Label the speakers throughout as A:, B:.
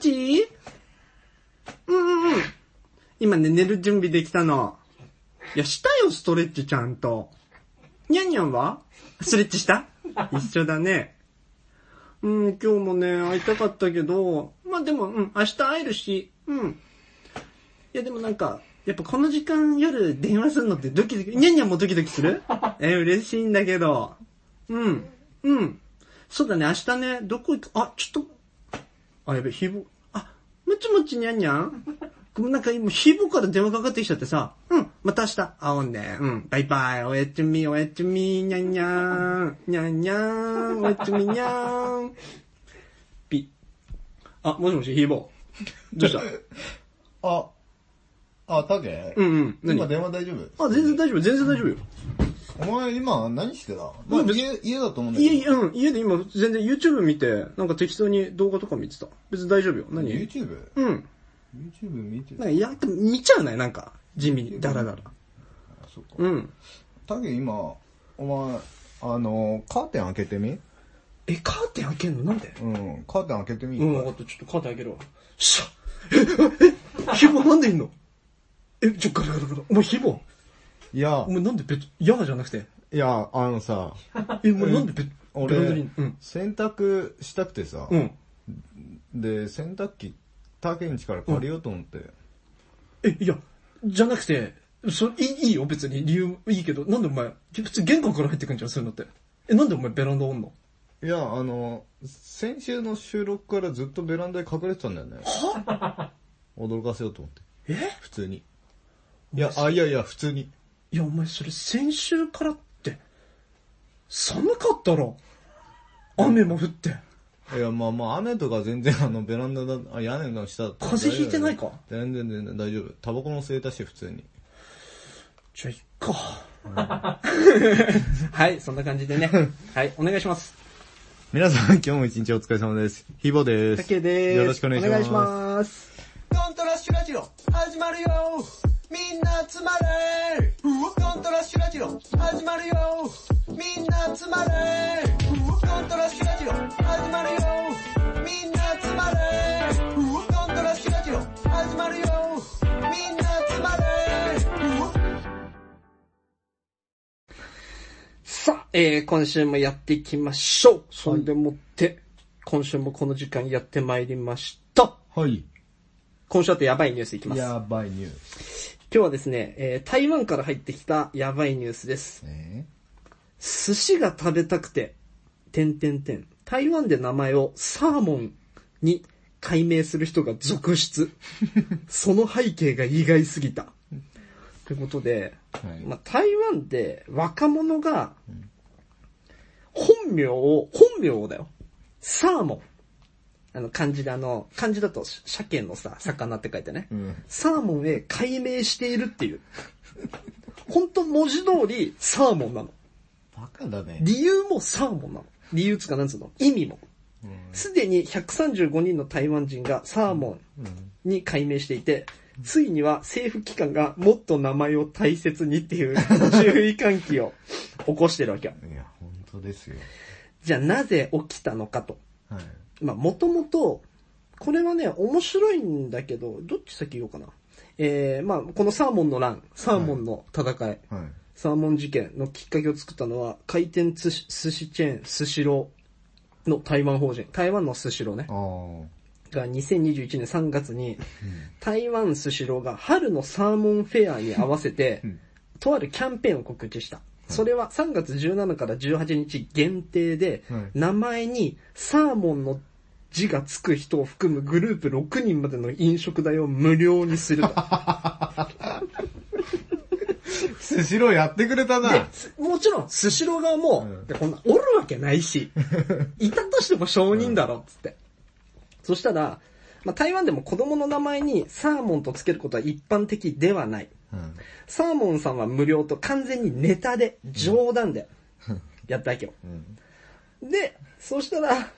A: ちうんうんうん。今ね、寝る準備できたの。いや、したよ、ストレッチちゃんと。にゃんにゃんはストレッチした一緒だね。うん、今日もね、会いたかったけど、まあでも、うん、明日会えるし、うん。いやでもなんか、やっぱこの時間夜電話するのってドキドキ、にゃんにゃんもドキドキするえ、嬉しいんだけど。うん、うん。そうだね、明日ね、どこ行く、あ、ちょっと、あ、やべ、ひぼ、あ、もちもちにゃんにゃん ごめんなんか今、ひぼから電話かかってきちゃってさ、うん、また明日会おうね、うん、バイバイ、おやすみ、おやすみ、にゃんにゃん、にゃんにゃん、おやすみにゃーん。 ピあ、もしもし、ひぼ。どうした
B: あ、あ、タケ
A: うんうん、何
B: 今電話大丈夫
A: あ、全然大丈夫、全然大丈夫よ。
B: お前今何してた
A: うん
B: まあ
A: 別
B: 家、家だと思うんだけど。
A: 家、いやうん、家で今全然 YouTube 見て、なんか適当に動画とか見てた。別に大丈夫よ。何
B: YouTube?YouTube
A: うん。
B: 見て
A: な
B: た
A: んか、いや、でも見ちゃうね、なんか。地味に、だらだら。
B: そっか。
A: うん。
B: タケ今、お前、あの、カーテン開けてみ
A: え、カーテン開けんのなんで
B: うん、カーテン開けてみ。
A: うん、分かった。ちょっとカーテン開けるわ。しゃえ、え、え、ヒボなんでいんのえ、ちょ、ガラガラガラ。お前ヒボ
B: いや
A: お、前なんで別、ヤーじゃなくて。
B: いや、あのさ、
A: え、お前なんで別、
B: 俺
A: ベランダにいんのうん。、
B: 洗濯したくてさ、
A: うん。
B: で、洗濯機、タケんちから借りようと思って。
A: え、いや、じゃなくて、そいいいいよ、別に理由いいけど、なんでお前、別に玄関から入ってくんじゃん、そういうのって。え、なんでお前ベランダおんの
B: いや、あの、先週の収録からずっとベランダで隠れてたんだよね。驚かせようと思って。
A: え
B: 普通に。いや、あ、いやいや、普通に。
A: いや、お前それ先週からって、寒かったろ。雨も降って。
B: いや、まあまあ、雨とか全然、あの、ベランダだ、あ、屋根の下だったら
A: 風邪ひいてないか
B: 全然全然大丈夫。タバコも吸えたし、普通に。
A: じゃあ、いっか。はい、そんな感じで ね。はい、お願いします。
B: 皆さん、今日も一日お疲れ様です。ひぼで
A: た
B: す。
A: けです。
B: よろしくお願いしま
A: ま
B: す。
A: す。
C: コントラッシュラジオ始まるよみんな集まれコントラッシュラジオ始まるよみんな集まれコントラッシュラジオ始まるよみんな集まれコントラッシュラジオ始まるよみんな集まれ
A: さあ、えー、今週もやっていきましょう。そんでもって、今週もこの時間やってまいりました。
B: はい。
A: 今週あとやばいニュースいきます。今
B: やばいニュース。
A: 日はですね、えー、台湾から入ってきたやばいニュースです。
B: え
A: 寿司が食べたくて、点点点。台湾で名前をサーモンに改名する人が続 出。その背景が意外すぎた。ということで、
B: はい
A: まあ、台湾で若者が、本名を、本名をだよ。サーモン。あの、漢字であの、漢字だと、鮭のさ、魚って書いてね。
B: ん
A: サーモンへ改名しているっていう。本当文字通り、サーモンなの。
B: バカだね。
A: 理由もサーモンなの。理由つかなんつうの意味も。すでに135人の台湾人がサーモンに改名していて、ついには政府機関がもっと名前を大切にっていう注意喚起を起こしてるわけよ。
B: いや、本当ですよ。
A: じゃあなぜ起きたのかと。
B: はい。
A: まあ、もともと、これはね、面白いんだけど、どっち先言おうかな。えー、まあ、このサーモンの乱、サーモンの戦い、
B: はい。
A: サーモン事件のきっかけを作ったのは、回転寿司寿司チェーン、スシローの台湾法人、台湾のスシローね
B: あ、ー。
A: が2021年3月に、台湾スシローが春のサーモンフェアに合わせて、とあるキャンペーンを告知した。それは3月17から18日限定で
B: はい、
A: 名前にサーモンの字がつく人を含むグループ6人までの飲食代を無料にすると。
B: スシローやってくれたな。
A: ですもちろん、スシロー側も、
B: うん
A: でこんな、おるわけないし、 いたとしても承認だろ、っつって。そしたら、まあ、台湾でも子供の名前にサーモンとつけることは一般的ではない。
B: うん。
A: サーモンさんは無料と完全にネタで、冗談で、やったわけよ。
B: ん
A: で、そしたら、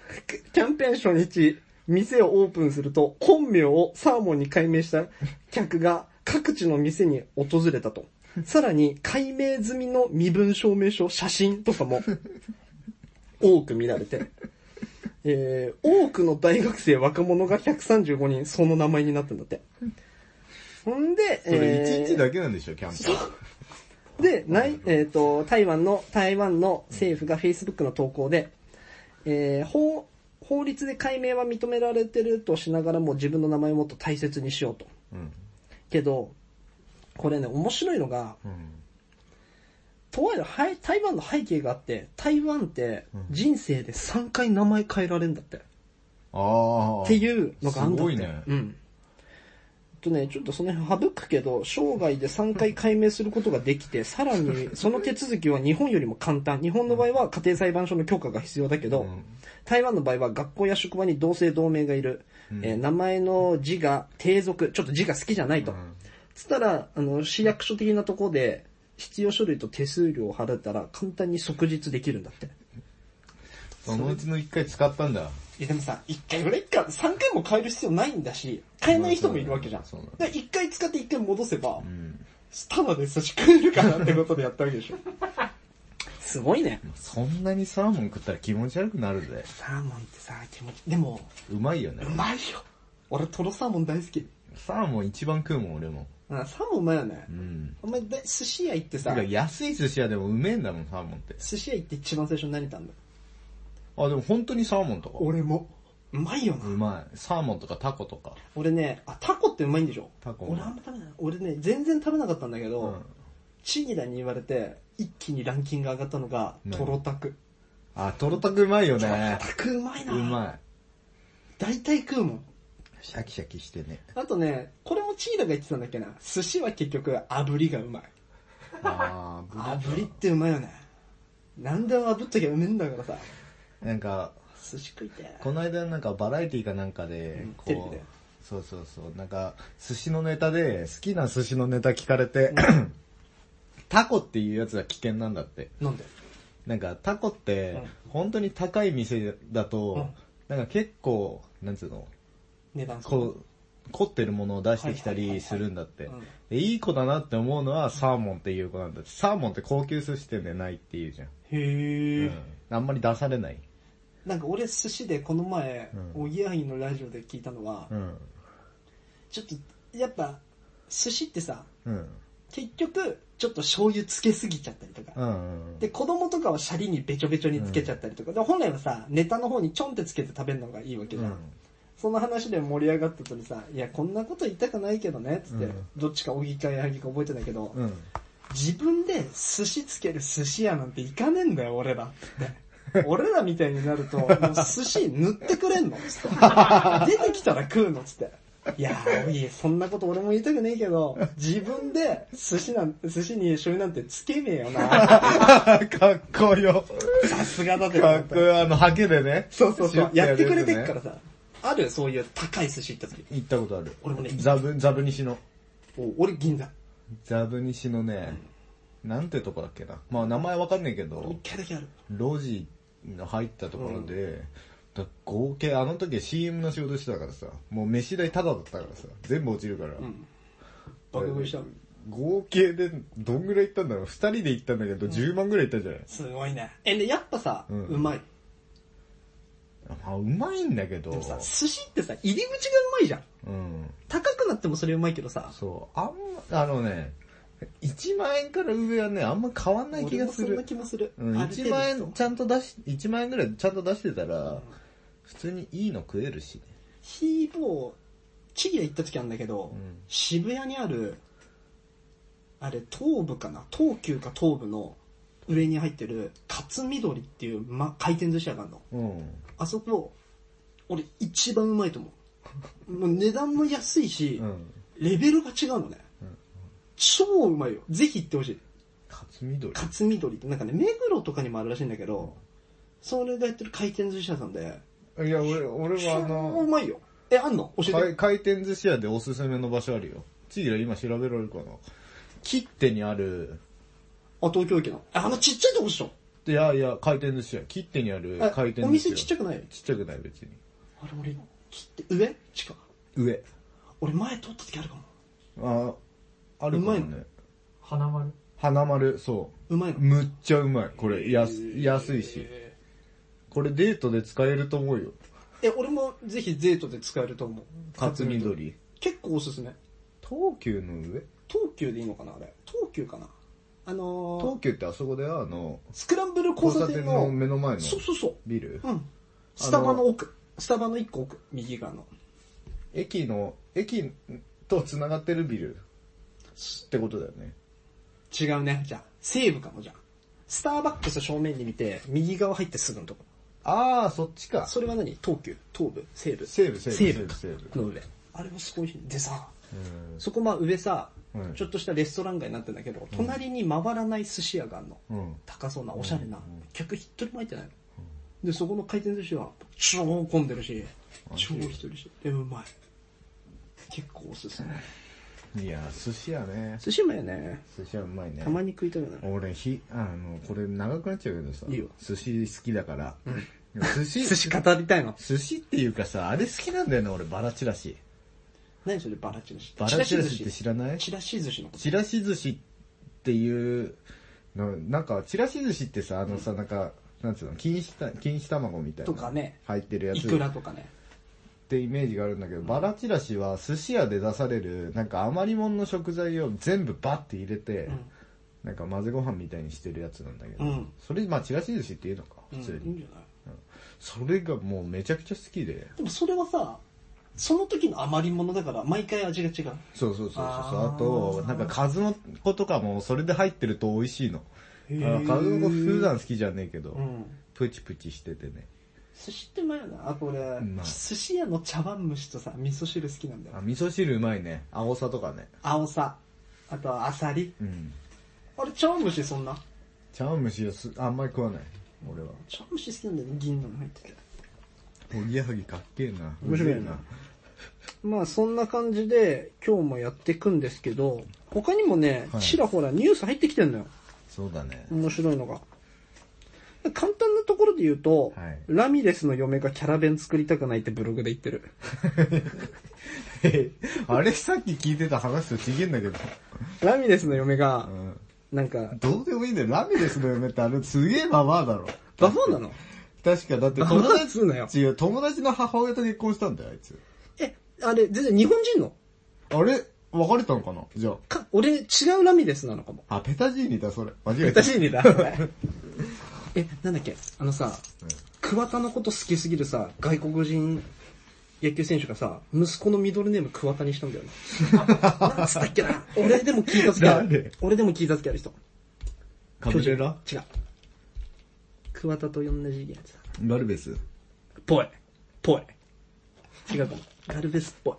A: キャンペーン初日、店をオープンすると、本名をサーモンに改名した客が各地の店に訪れたと。さらに、改名済みの身分証明書、写真とかも、多く見られて。えー、多くの大学生若者が135人、その名前になったんだって。ほんで、
B: それ
A: えー
B: 1日だけなんでしょ、キャンプ。
A: で、ない、えっ、と、台湾の、台湾の政府が Facebook の投稿で、えー法、法律で解明は認められてるとしながらも自分の名前をもっと大切にしようと。
B: うん。
A: けど、これね、面白いのが、
B: うん。
A: とあるはい台湾の背景があって、台湾って
B: うん
A: 人生で3回名前変えられるんだって。
B: ああ。
A: っていうのがあんだって。
B: すごいね。
A: うん。えっとね、ちょっとその辺省くけど、生涯で3回解明することができて、さら にその手続きは日本よりも簡単。日本の場合は家庭裁判所の許可が必要だけど、
B: うん
A: 台湾の場合は学校や職場に同姓同名がいる。
B: うん
A: えー名前の字が低俗、ちょっと字が好きじゃないと。
B: うん
A: つったら、あの、市役所的なとこで、必要書類と手数料を払ったら簡単に即日できるんだって。
B: そのうちの1回使ったんだ。
A: いやでもさ、一回ぐらいか、三回も変える必要ないんだし、変えない人もいるわけじゃん。
B: そうだね
A: で、一回使って一回戻せば
B: う、ん。
A: ただで差し替えるかなってことでやったわけで しょ。すごいね。
B: そんなにサーモン食ったら気持ち悪くなるぜ。
A: サーモンってさ、気持ち、でも、
B: うまいよね
A: う。まいよ。俺、トロサーモン大好き。
B: サーモン一番食うもん、俺も。
A: あサーモンうまいよね
B: う。ん。
A: お前、で寿司屋行って
B: て
A: さ
B: か、安い寿司屋でもうめえんだもん、サーモンって。
A: 寿司屋行って一番最初に何たんだ
B: あ、でも本当にサーモンとか。
A: 俺も。うまいよ
B: う
A: な。
B: まい。サーモンとかタコとか。
A: 俺ね、あ、タコってうまいんでしょ
B: タコ
A: 俺あんま食べない。俺ね、全然食べなかったんだけど、
B: うん。
A: チギダに言われて、一気にランキング上がったのが、
B: 何
A: トロタク。
B: あ、トロタクうまいよ
A: トロ
B: ね。
A: タクうまいうな。
B: ま
A: 大体食うもん。
B: い。シャキシャキしてね。
A: あとね、これもチギダが言ってたんだっけな。寿司は結局、炙りがうまい。
B: あー、
A: 炙りってうまいよね。なんでも炙っときゃうめえんだからさ。
B: なんか、
A: 寿司食いてえ。
B: この間なんかバラエティかなんかで
A: うん、テレビ
B: こ
A: で
B: う、そうそうそう、なんか、寿司のネタで、好きな寿司のネタ聞かれて、 タコっていうやつは危険なんだって。
A: なんで
B: なんかタコって、本当に高い店だと、なんか結構、なんつうの、
A: 値段
B: こう、凝ってるものを出してきた
A: はいはいはいは
B: り
A: い
B: するんだって
A: うん。
B: でいい子だなって思うのはサーモンっていう子なんだって。サーモンって高級寿司店でないっていうじゃん。
A: へ
B: う
A: ー
B: ん。あんまり出されない。
A: なんか俺寿司でこの前、
B: うん
A: おぎやはぎのラジオで聞いたのは、
B: うん。
A: ちょっと、やっぱ、寿司ってさ、
B: うん。
A: 結局、ちょっと醤油つけすぎちゃったりと
B: う
A: か。
B: ん。
A: で、子供とかはシャリにべちょべちょにつけちゃったりとか。で本来はさ、ネタの方にちょんってつけて食べるのがいいわけ
B: う
A: じゃん。
B: ん。
A: その話で盛り上がった時にさ、いや、こんなこと言いたくないけどね、つって、
B: うん
A: どっちかおぎかやはぎか覚えてないけど、
B: うん。
A: 自分で寿司つける寿司屋なんて行かねえんだよ、 俺らって。俺らみたいになると、もう寿司塗ってくれ んのつって。出てきたら食うのつって。いやー、おい、そんなこと俺も言いたくねえけど、自分で寿司なん、寿司に醤油なんてつけねえ よな。
B: かっこよ。
A: さすがだぜ。
B: かっこよ。あの、ハケでね。
A: そうそうそう。
B: シュ
A: やってくれて
B: や
A: っから
B: るやつね。
A: さ。あるそういう高い寿司行った時。
B: 行ったことある。
A: 俺もね
B: ザブ、ザブ西の。
A: お俺銀座。
B: ザブ西のね、なんてとこだっけな。まあ名前わかんねえけど。
A: 一回だけある。
B: 路地の入ったところで、だ合計あの時は CM の仕事してたからさ、もう飯代タダだったからさ、全部落ちるから。
A: うん。爆食いした。
B: 合計でどんぐらい行ったんだろう ?2 人で行ったんだけど、10万ぐらい行ったじゃない、
A: すごいね。え、で、やっぱさ、
B: うん
A: うまい。
B: まあ、うまいんだけど
A: でも、さ、寿司ってさ、入り口がうまいじゃん。
B: うん。
A: 高くなってもそれうまいけどさ。
B: そう、あんま、あのね、1万円から上はね、あんま変わんない気がす
A: 俺もそん
B: る
A: な。気もする。
B: うん、
A: ある程
B: 1
A: 度
B: 万円ちゃんと出し、1万円ぐらいちゃんと出してたら、普通にいいの食えるしね。
A: ヒーボー、チギで行った時あるんだけど、
B: ん
A: 渋谷にある、あれ、東部かな東急か東部の上に入ってる、カツ緑っていう、ま、回転寿司屋があるの。
B: うん。
A: あそこ、俺一番うまいと思う。もう値段も安いし、
B: うん。
A: レベルが違うのね。超うまいよ。ぜひ行ってほしい。
B: カツ緑。
A: カツ緑って、なんかね、目黒とかにもあるらしいんだけど、それがやってる回転寿司屋さんで、
B: いや、俺、俺はあ
A: 超う
B: の、
A: まいよ。え、あんの教え
B: 回
A: て。
B: 回転寿司屋でおすすめの場所あるよ。ちぎら今調べられるかな。切手にある、
A: あ、東京駅の。ああのちっちゃいとこでしょ。
B: いやいや、回転寿司屋。切手にある
A: え
B: 回転寿司屋。
A: お店ちっちゃくない
B: ちっちゃくない、別に。
A: あれ俺、切って、上地下。
B: 上。
A: 俺前通った時あるかも。
B: あ、あるかも
A: うま
B: ね
A: い。
D: 花丸。
B: 花丸、そう。
A: まいうの。
B: むっちゃうまい。これ、安、安いし。これデートで使えると思うよ。
A: え、俺もぜひデートで使えると思う。
B: 初緑。
A: 結構おすすめ。
B: 東急の上
A: 東急でいいのかなあれ。東急かなあのー
B: 東、急ってあそこであの、
A: スクランブル交
B: 交
A: 差
B: 差
A: 点
B: 点
A: の、
B: の目の前の
A: そうそうそう。
B: ビル。
A: うん。スタバの奥。スタバの一個奥。右側の。
B: 駅の、駅と繋がってるビルってことだよね。
A: 違うね。じゃあ、西部かもじゃあ。スターバックス正面に見て、右側入ってすぐのとこ。
B: あー、そっちか。
A: それは何東急東部西部
B: 西部西部
A: 西部か
B: 西部西部
A: の上。あれもすごい。でさ、
B: うん
A: そこまあ上さ、
B: うん
A: ちょっとしたレストラン街になってんだけど、隣に回らない寿司屋があるの。
B: うん。
A: 高そうな、おしゃれな。客一人も入ってないの。で、そこの回転寿司は超混んでるし、超一人し、で、うまい。結構おすすめ。
B: いや、寿司屋ね。
A: 寿司もやね、
B: 寿司屋うまいね。
A: たまに食いたくなる。
B: 俺、ひ、あの、これ長くなっちゃうけどさ。
A: いいよ
B: 寿司好きだから。寿司、
A: 寿司語りたいの。
B: 寿司っていうかさ、あれ好きなんだよね、俺、バラチラシ。
A: 何それバラチラシ。
B: バラチラシって知らない
A: チラシ寿司のこと。
B: チラシ寿司っていうの、なんか、チラシ寿司ってさ、あのさ、なんか、なんつうの、錦糸た、錦糸卵みたい
A: と
B: な。
A: かね
B: 入ってるや
A: い
B: つ。
A: くらとかね。
B: ってイメージがあるんだけど、バラチラシは寿司屋で出される、なんか余り物の食材を全部バッて入れて、
A: ん
B: なんか混ぜご飯みたいにしてるやつなんだけど、
A: うん
B: それ、まあチラシ寿司っていうのか、
A: うん、
B: 普
A: い
B: 通に。
A: いんじゃない
B: それがもうめちゃくちゃ好きで、
A: でもそれはさ、その時の余り物だから、毎回味が違う。
B: そうそうそうそうそう、
A: あ
B: あ
A: ー
B: と、なんか数の子とかもそれで入ってると美味しいの。
A: へ
B: あ
A: ー
B: 数の子普段好きじゃねえけど、
A: うん。
B: プチプチしててね。
A: 寿司ってうまいよな。あと俺、
B: まい
A: 寿司屋の茶碗蒸しとさ、味噌汁好きなんだよ
B: あ、。味噌汁うまいね。青さとかね。
A: 青さ。あとはアサリ。
B: うん。
A: あれ、茶碗蒸しそんな
B: 茶碗蒸しはすあんまり食わない。俺は。
A: 茶碗蒸し好きなんだよね、銀のも入ってて。
B: おぎやはぎかっけえな。
A: 面白いな
B: うぜえ
A: まあそんな感じで今日もやっていくんですけど、他にもね、
B: はい
A: ちらほらニュース入ってきてんのよ。
B: そうだね。
A: 面白いのが。簡単なところで言うと、
B: はい
A: ラミレスの嫁がキャラ弁作りたくないってブログで言って る。
B: あれさっき聞いてた話と違えんだけど。
A: ラミレスの嫁が
B: う、ん。
A: なんか、
B: どうでもいいんだよ。ラミレスの嫁ってあれすげえババアだろ。
A: バフォなの
B: 確かだって
A: バフォ
B: 友
A: ーっ
B: 達
A: つうなよ。
B: 違う、友達の母親と結婚したんだよ、あいつ。
A: え、あれ、全然日本人の
B: あれ別れたのかなじゃ
A: か、俺違うラミレスなのかも。
B: あ。あ、ペタジーニだ、それ。間違えた。
A: 私にだ。 え、なんだっけ、あのさ、桑田のこと好きすぎるさ、外国人野球選手がさ、息子のミドルネーム桑田にしたんだよね。 なんつったっけな俺でも聞いたつけある
B: 誰。
A: 俺でも聞いたつけある人。
B: カブレラ
A: 巨人違う。桑田と同じやつだ。
B: ガルベス。
A: ぽい。ぽい。違うかも。ガルベスっぽい。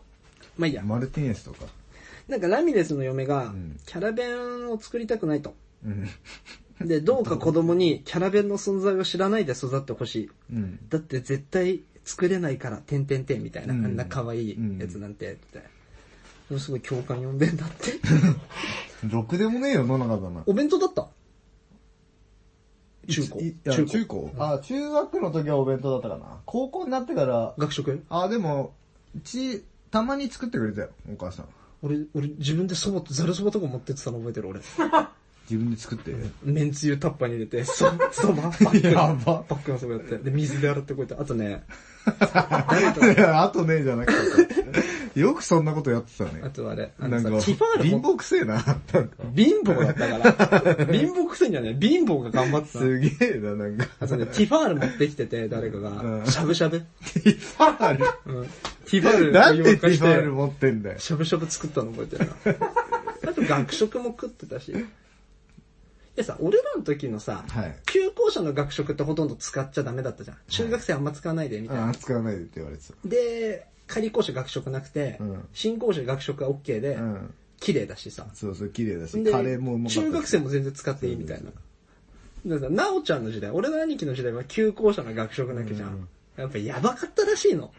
A: まあいいや。
B: マルティネスとか。
A: なんかラミレスの嫁が
B: ん、
A: キャラ弁を作りたくないと。
B: うん。
A: で、どうか子供にキャラ弁の存在を知らないで育ってほしい。
B: うん。
A: だって絶対作れないから、てんてんてんみたいな、
B: うん
A: あんな可愛いやつなんて、って。でもすごい共感呼んでんだ って。
B: ろくでもねえ世の中だな。
A: お弁当だった中高。
B: いいや
A: 中
B: 中
A: 高。
B: 高。あ、中学の時はお弁当だったかな。高校になってから、
A: 学食
B: あ、でも、うち、たまに作ってくれたよ、お母さん。
A: 俺、俺自分でそばと、ざるそばとか持ってってたの覚えてる俺。
B: 自分で作って。
A: めんつゆタッパーに入れて、そ、そば、パックン、
B: やば
A: パックンそばやって。で、水で洗ってこいって。あとね、
B: いやあとねえじゃなくて。 よくそんなことやってた
A: あ
B: ね。
A: とあれ、あ
B: な
A: の
B: ん
A: さ
B: か、
A: ティファール持
B: 貧
A: っ
B: 乏くせえな。なんか、
A: 貧乏だった から、貧乏くせんじゃない貧乏が頑張ってた。
B: すげえな、なんか。
A: あとね、ティファール持ってきてて、誰か
B: う
A: が、
B: ん
A: しゃぶしゃぶ。
B: ティファール
A: うん。ティファール
B: なん
A: お湯
B: で
A: 沸
B: テ
A: か
B: ィ
A: し
B: フ
A: て
B: ァール持ってんだよ。
A: しゃぶしゃぶ作ったの覚えてるな。あと学食も食ってたし。いやさ、俺らの時のさ、
B: はい
A: 休校舎の学食ってほとんど使っちゃダメだったじゃん。中学生あんま使わないで、みたいな。
B: あ、使わないでって言われてた。
A: で、仮校舎学食なくて、
B: うん
A: 新校舎学食は OK で、
B: うん。
A: 綺麗だしさ。
B: そうそう、綺麗だし、
A: で
B: カレーもうまかったし。
A: 中学生も全然使っていいみたいな。だからさ、なおちゃんの時代、俺の兄貴の時代は休校舎の学食だけじゃん。やっぱやばかったらしいの。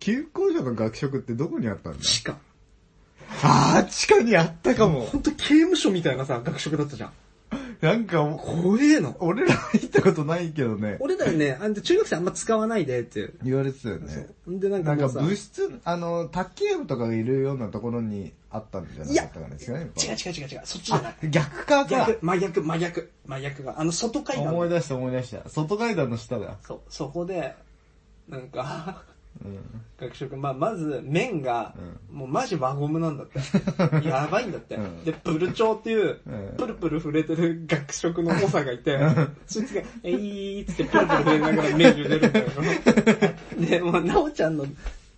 B: 休校舎の学食ってどこにあったんだ
A: 地下。
B: あー、地下にあったかも。
A: ほんと刑務所みたいなさ、学食だったじゃん。
B: なんか、
A: 怖えの。
B: 俺ら入ったことないけどね。
A: 俺らね、あんた中学生あんま使わないでって。
B: 言われてたよね。
A: んでなんか
B: なん
A: も
B: か
A: うさ、
B: 物質、あの、卓球部とかがいるようなところにあったんじゃなかったかなですかね。
A: 違う
B: やっ
A: 違う違う違う、そっちじゃない
B: ぱ。逆かか。
A: 逆、真逆、真逆、真逆が。あの、外階段
B: 思い
A: の。
B: 出した思い出した。外階段の下だ。
A: そう、そこで、なんか、
B: うん。
A: 学食、まあ、まず、麺が、もうマジ輪ゴムなんだ って。やばいんだって。
B: うん
A: で、プルチョーっていう
B: うん、
A: プルプル触れてる学食の猛者がいて、そいつが、えいーっつってプルプル触れながら麺茹でるんだよ。 で、もう、なおちゃんの、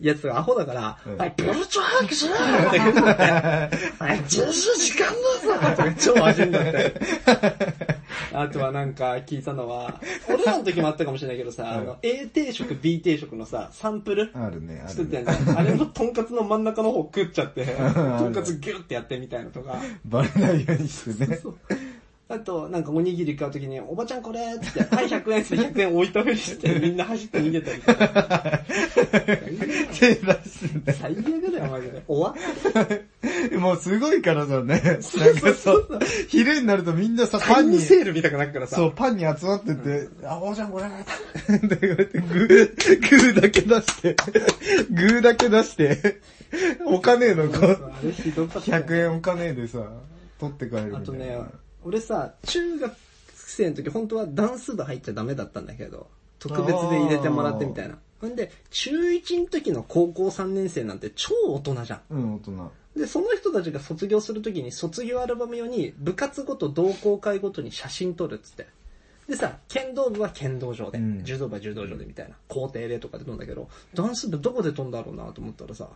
A: やつがアホだから、
B: うん
A: はい、プルチョー早くしろよって言って、はい、ちょっと時間だぞって超味んだって。あとはなんか聞いたのは、俺らの時もあったかもしれないけどさ、あ
B: うん
A: の、A 定食、B 定食のさ、サンプル、
B: あるね、あ
A: 作っ
B: る
A: てた
B: ね
A: じ。ゃんあれのとんかつの真ん中の方食っちゃ って、
B: ん
A: とんかつギュってやってみたいなとか。
B: バレないようにしてね。
A: あと、なんかおにぎり買うときに、おばちゃんこれーって言って、はい100円っつって100円置いたふり して、みんな走って逃げたりとか。
B: 手出してね。
A: 最悪だよ、マジで。終わっ
B: もうすごいからだね。なんかそう、昼になるとみんなさ、
A: た。タ
B: パ
A: イ
B: ン
A: ム
B: に、
A: セールみたくなるからさ。
B: そう、パンに集まってて、あ、おーちゃんこれ って言われて、グー、グーだけ出して、グーだけ出して、お金のこう、
A: あれひどかったよね。
B: 100円お金でさ、取って帰るみたいな。
A: あとね、俺さ、中学生の時本当はダンス部入っちゃダメだったんだけど、特別で入れてもらってみたいな。ほんで、中1の時の高校3年生なんて超大人じゃ
B: うん、大人。
A: ん。で、その人たちが卒業する時に卒業アルバム用に部活ごと同好会ごとに写真撮るっつって。でさ、剣道部は剣道場で、
B: うん
A: 柔道部は柔道場でみたいな、校庭でとかで撮るんだけど、ダンス部どこで撮るんだろうなと思ったらさ、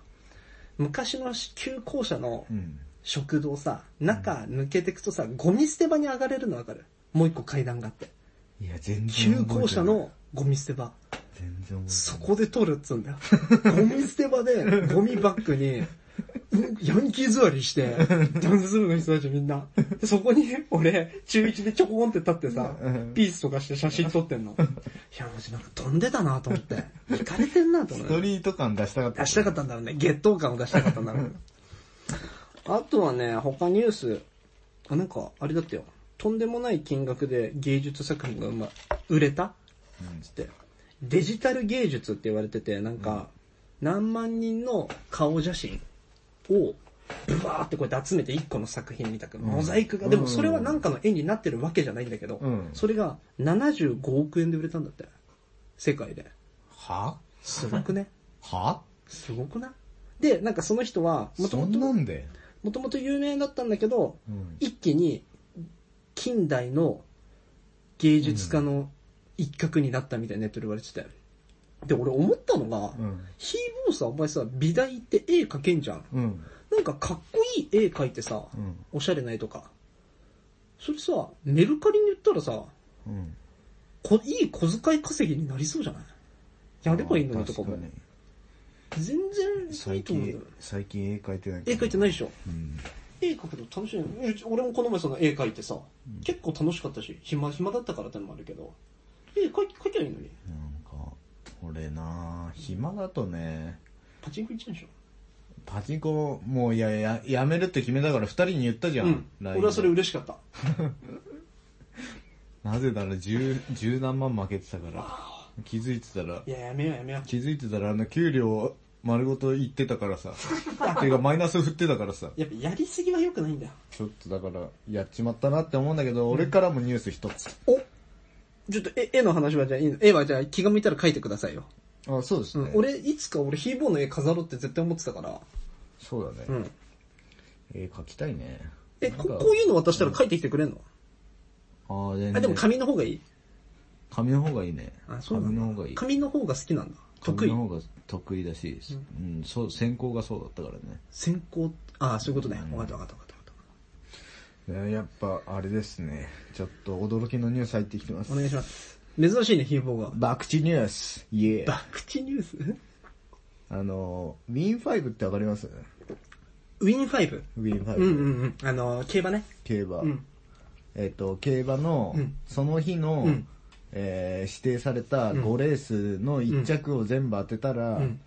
A: 昔の旧校舎の
B: うん。
A: 食堂さ、中抜けてくとさ、ゴミ捨て場に上がれるのわかるもう一個階段があって。
B: いや、全然
A: 旧
B: 覚えてない。
A: 校舎のゴミ捨て場。
B: 全然覚えてない
A: そこで取るっつうん だよ。ゴミ捨て場で、ゴミバッグに、うんヤンキー座りして、ダンス部の人たちみんな。でそこに、俺、中1でちょこんって立ってさ
B: うん、
A: ピースとかして写真撮ってんの。いや、マジなんか飛んでたなと思って。行かれてんなと思
B: ス
A: って
B: ト。リート感出したかった。
A: 出したかったんだろうね。月頭感を出したかったんだろうね。 あとはね、他ニュース、あ、なんか、あれだったよ。とんでもない金額で芸術作品がうま売れたつって。デジタル芸術って言われてて、なんか、何万人の顔写真を、ブワーってこうやって集めて一個の作品みたく、モザイクが、でもそれはなんかの絵になってるわけじゃないんだけど、
B: うん
A: それが75億円で売れたんだって。世界で。
B: は
A: すごくね。
B: は
A: すごくないで、なんかその人は、もと
B: そ
A: も
B: んな
A: と、
B: んで
A: もともと有名だったんだけど、
B: うん
A: 一気に近代の芸術家の一角になったみたいなネットで言われてて。で、俺思ったのが、
B: うん
A: ヒーボーさ、お前さ、美大って絵描けんじゃん。
B: うん。
A: なんかかっこいい絵描いてさ、
B: うん
A: おしゃれな絵とか。それさ、メルカリに言ったらさ、
B: うん。
A: こいい小遣い稼ぎになりそうじゃないやればいいのにとかも
B: 確。に
A: 全然い
B: 最
A: いと思うんだ
B: 近
A: よ。、
B: 最近絵描いてない
A: 絵描いてないでしょ
B: うん。
A: 絵描くの楽しいのうち俺もこの前その絵描いてさ、結構楽しかったし、暇、暇だったからってのもあるけど、絵描き、描きゃいいのに。
B: なんか、俺なぁ、暇だとね、
A: パチンコ行っちゃうでしょ
B: パチンコ、もういや、や、やめるって決めたから二人に言ったじゃ
A: うんん。。
B: LINE
A: 俺はそれ嬉しかった。
B: なぜなら十、十何万負けてたから、気づいてたら
A: い、や、やめようやめよう。
B: 気づいてたらあの給料丸ごと言ってたからさ、 てかマイナス振ってたからさ、
A: やっぱやりすぎは良くないんだよ。
B: ちょっとだから、やっちまったなって思うんだけど、俺からもニュース一つ。
A: おちょっと絵絵の話はじゃあいいの絵はじゃあ気が向いたら描いてくださいよ。
B: あ、そうです
A: う
B: ね
A: ん。。俺、いつか俺ヒーボーの絵飾ろうって絶対思ってたから。
B: そうだね。
A: うん。
B: 絵描きたいね。
A: え、
B: なん
A: こ
B: か
A: こういうの渡したら描いてきてくれんの
B: ああ、全然。
A: あ、でも紙の方がいい
B: 紙の方がいいね。
A: あ、そうなん
B: 紙
A: だ
B: の方がいい。
A: 紙の方が好きなんだ。得意
B: 紙。の方が得意だし、うん、そう、先行がそうだったからね。
A: 先行、あ、そういうことね。わかったわかったわかったわかっ
B: いややっぱ、あれですね。ちょっと驚きのニュース入ってきてます
A: た。お願いします。珍しいね、ヒーボーが。
B: 爆地ニュース。いえ。
A: 爆地ニュース
B: あの、ウィン5ってわかります
A: ウィンファイブ
B: ウィン5。
A: うんうんうん。あの、競馬ね。
B: 競馬。
A: うん。
B: えっと、競馬の
A: うん、
B: その日の、
A: うん
B: えー指定された5レースの1着を全部当てたら、
A: うん。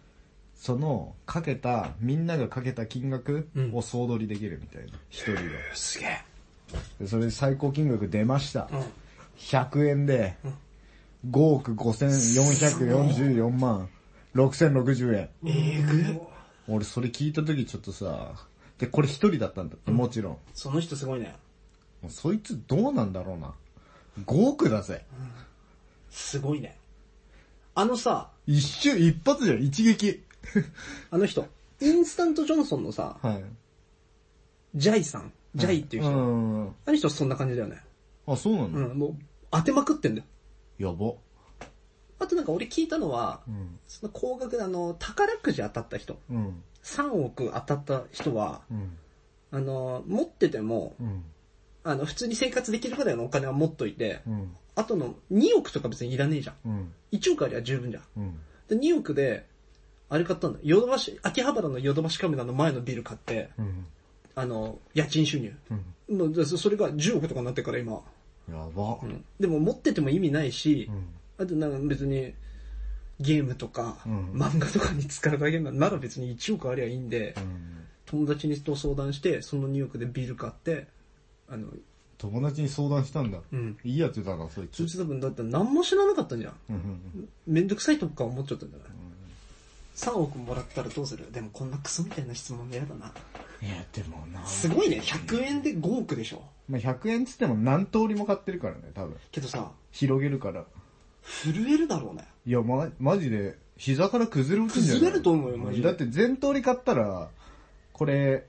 B: その、かけた、みんながかけた金額を総取りできるみたいな。一人が。
A: すげえ。
B: でそれで最高金額出ました。
A: うん。
B: 100円で、5億5444万6060円。
A: えぐ
B: 俺それ聞いた時ちょっとさ、で、これ一人だったんだって、もちろん。
A: その人すごいね。
B: もうそいつどうなんだろうな。5億だぜ。
A: すごいね。あのさ、
B: 一瞬、一発じゃん、一撃。
A: あの人、インスタントジョンソンのさ、
B: はい。
A: ジャイさん、ジャイっていう人。
B: うん。
A: あの人そんな感じだよね。
B: あ、そうなの、
A: うん、もう当てまくってんだよ。
B: やば。
A: あとなんか俺聞いたのは、
B: うん。
A: その高額であの、宝くじ当たった人、
B: うん。
A: 3億当たった人は、
B: うん。
A: あの、持ってても、
B: うん。
A: あの、普通に生活できるぐらいのお金は持っといて、
B: うん。
A: あとの2億とか別にいらねえじゃん。
B: うん。
A: 1億ありゃ十分じゃん。
B: うん。
A: で、2億で、あれ買ったんだ。ヨドバシ、秋葉原のヨドバシカメラの前のビル買って、
B: うん。
A: あの、家賃収入。のでそそれが10億とかになってるから今。
B: やば。
A: うんでも持ってても意味ないし
B: う、ん。
A: あとなんか別に、ゲームとか、
B: うん
A: 漫画とかに使うだけなら別に1億ありゃいいんで、
B: うん。
A: 友達にと相談して、その2億でビール買って、あの、
B: 友達に相談したんだ。
A: うん。
B: いいやつだな、そい
A: そい。
B: つ
A: つ多分だって何も知らなかったんじゃん。
B: うん。
A: めんどくさいとか思っちゃったんじゃない、?3 億もらったらどうするでもこんなクソみたいな質問嫌だな。
B: いや、でもな。
A: すごいね、100円で5億でしょ。
B: まあ、100円つっても何通りも買ってるからね、多分。
A: けどさ、
B: 広げるから。
A: 震えるだろうね。
B: いや、ま、マジで、膝から崩れ落ちるんじゃない
A: 崩れると思うよマジで
B: だって全通り買ったら、これ、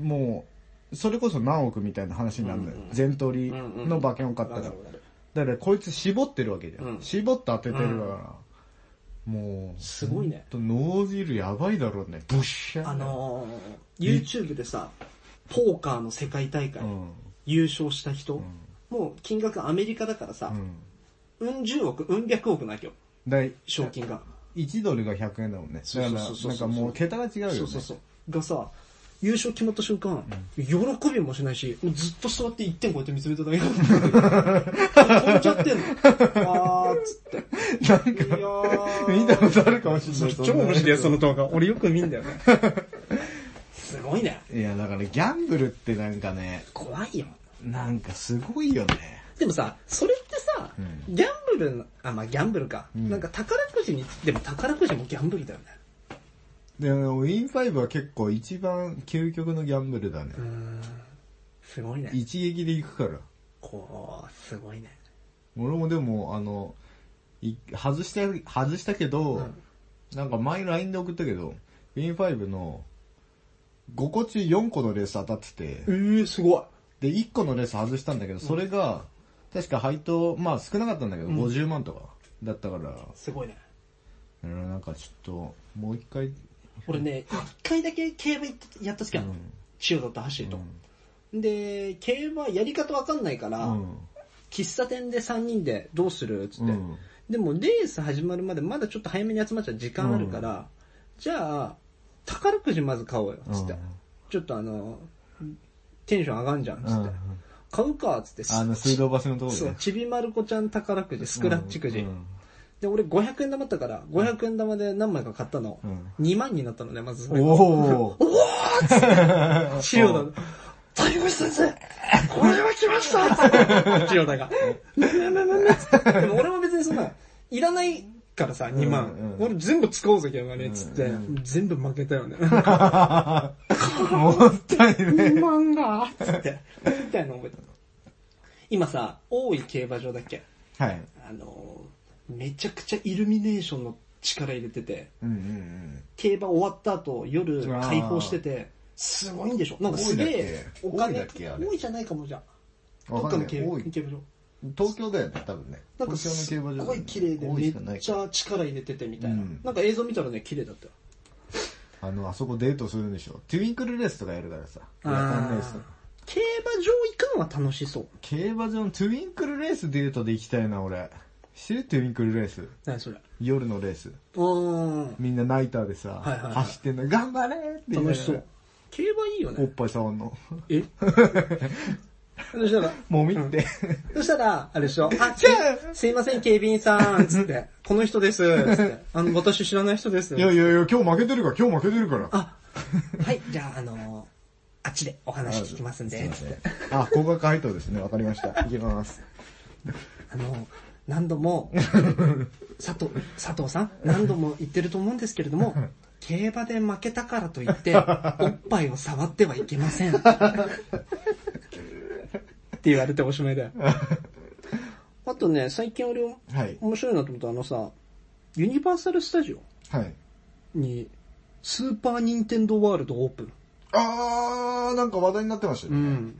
B: もう、それこそ何億みたいな話になるのよ
A: うんうん。
B: 全通りの馬券を買
A: わ
B: った。
A: からるわかる。
B: だからこいつ絞ってるわけじゃん。
A: うん
B: 絞って当ててるから。もう、
A: すごいね
B: ほんと脳汁やばいだろうね。ブッシャー。
A: あのー、YouTube でさ、ポーカーの世界大会、
B: うん。
A: 優勝した人、
B: うん。
A: もう金額アメリカだからさ
B: う、ん。
A: うん十億、うん百億なきゃ、
B: だい
A: 賞金が。
B: 1ドルが100円だもんね。
A: そ
B: だ
A: う
B: か
A: そう
B: ら、
A: そうそう
B: なんかもう桁が違うよね。
A: そうそうそう。がさ、優勝決まった瞬間、喜びもしないし、もうずっと座って一点こうやって見つめただけ なの飛んじゃってんの。あーっつって。
B: なんか
A: いや、 ー
B: 見たことあるかもしれない。んな
A: 動画。俺よく見んだよね。すごいね。
B: いや、だからギャンブルってなんかね、
A: 怖いよ。
B: なんかすごいよね。
A: でもさ、それってさ、
B: う
A: ギャンブルな、あ、まあギャンブルか。
B: うん
A: なんか宝くじに、でも宝くじもギャンブルだよね。
B: で、あのウィン5は結構一番究極のギャンブルだね。
A: うーん。すごいね。
B: 一撃で行くから。
A: こう、すごいね。
B: 俺もでも、あの、い外した、外したけど、
A: うん
B: なんか前 LINE で送ったけど、ウィン5の5個中4個のレース当たってて、
A: えー、すごい。
B: で、1個のレース外したんだけど、それが、確か配当、まあ少なかったんだけど、50万とかだったから、
A: すごいね。
B: うんなんかちょっと、もう一回、
A: 俺ね、一回だけ競馬行ってやった時あるの。
B: うん
A: 千代田と走ると。で、競馬やり方わかんないから、
B: うん。
A: 喫茶店で3人でどうするっつって、
B: うん
A: でもレース始まるまでまだちょっと早めに集まっちゃう時間あるから、じゃあ、宝くじまず買おうよ、つって。
B: うん
A: ちょっとあの、テンション上がんじゃん、つって。
B: うん
A: 買うか、つって。
B: あの、水道橋のところで。
A: そう、ちびまる子ちゃん宝くじ、スクラッチくじ。
B: うん
A: で、俺500円玉だったから、500円玉で何枚か買ったの。
B: うん
A: 2万になったのね、まず。
B: うんおー
A: 千代田の、谷口先生これは来ましたつって千代田が。ねえねえねえねえつってでも俺も別にそんな、いらないからさ、2万。
B: うんうん
A: 俺全部使おうぜ、現場に。つって、
B: うん
A: 全部負けたよね。
B: もったいね。
A: 2万がつって、みたいなの覚えたの。今さ、大井競馬場だっけ
B: はい。
A: あのー、めちゃくちゃイルミネーションの力入れてて、
B: うんうん
A: 競馬終わった後夜
B: うわー
A: 開放してて、すごいんでしょなんかすげえ、
B: 多い
A: お
B: んだっけ多いんだ
A: 金
B: っけあれ
A: 多いじゃないかもじゃあ。
B: うん。
A: どっかの競
B: 多い。
A: 競馬場。
B: 東京だよね、多分ね。
A: なんか
B: 東
A: す
B: 京
A: っ
B: の競馬場
A: ごい綺麗で
B: 多
A: め
B: いしかな
A: っ
B: い
A: ちゃ力入れててみたいな
B: うん。
A: なんか映像見たらね、綺麗だったよ。
B: あの、あそこデートするんでしょ。トゥインクルレースとかやるからさ。夜間レースとか
A: 競馬場行くのは楽しそう。
B: 競馬場のトゥインクルレースデートで行きたいな、俺。知ってるトゥインクルレース。
A: 何それ。
B: 夜のレース。
A: うーん。
B: みんなナイターでさ、
A: はいはいはい
B: 走ってんの、頑張れーって言いながら
A: 楽しそう。。競馬いいよ
B: おっ
A: ね。
B: ぱい触んの。
A: えそしたら、
B: もみって。
A: そしたら、あれで しょ、あ、すすいません、警備員さん、つって、この人です、つって、あの、私知らない人です
B: い。やいやいや、今日負けてるから、今日負けてるから。
A: あ、はい、じゃあ、あのあっちでお話聞きますんで、
B: ませんあ、高額回答ですね。わかりました。いきます。
A: あの、何度も、佐藤、佐藤さん、何度も言ってると思うんですけれども、競馬で負けたからといって、おっぱいを触ってはいけません。って言われておしまいだよ。あとね、最近俺、
B: はい。
A: 面白いなと思ったあのさ、ユニバーサルスタジオ
B: はい。
A: に、スーパーニンテンドーワールドオープン。
B: あー、なんか話題になってました
A: う
B: ね。
A: ん。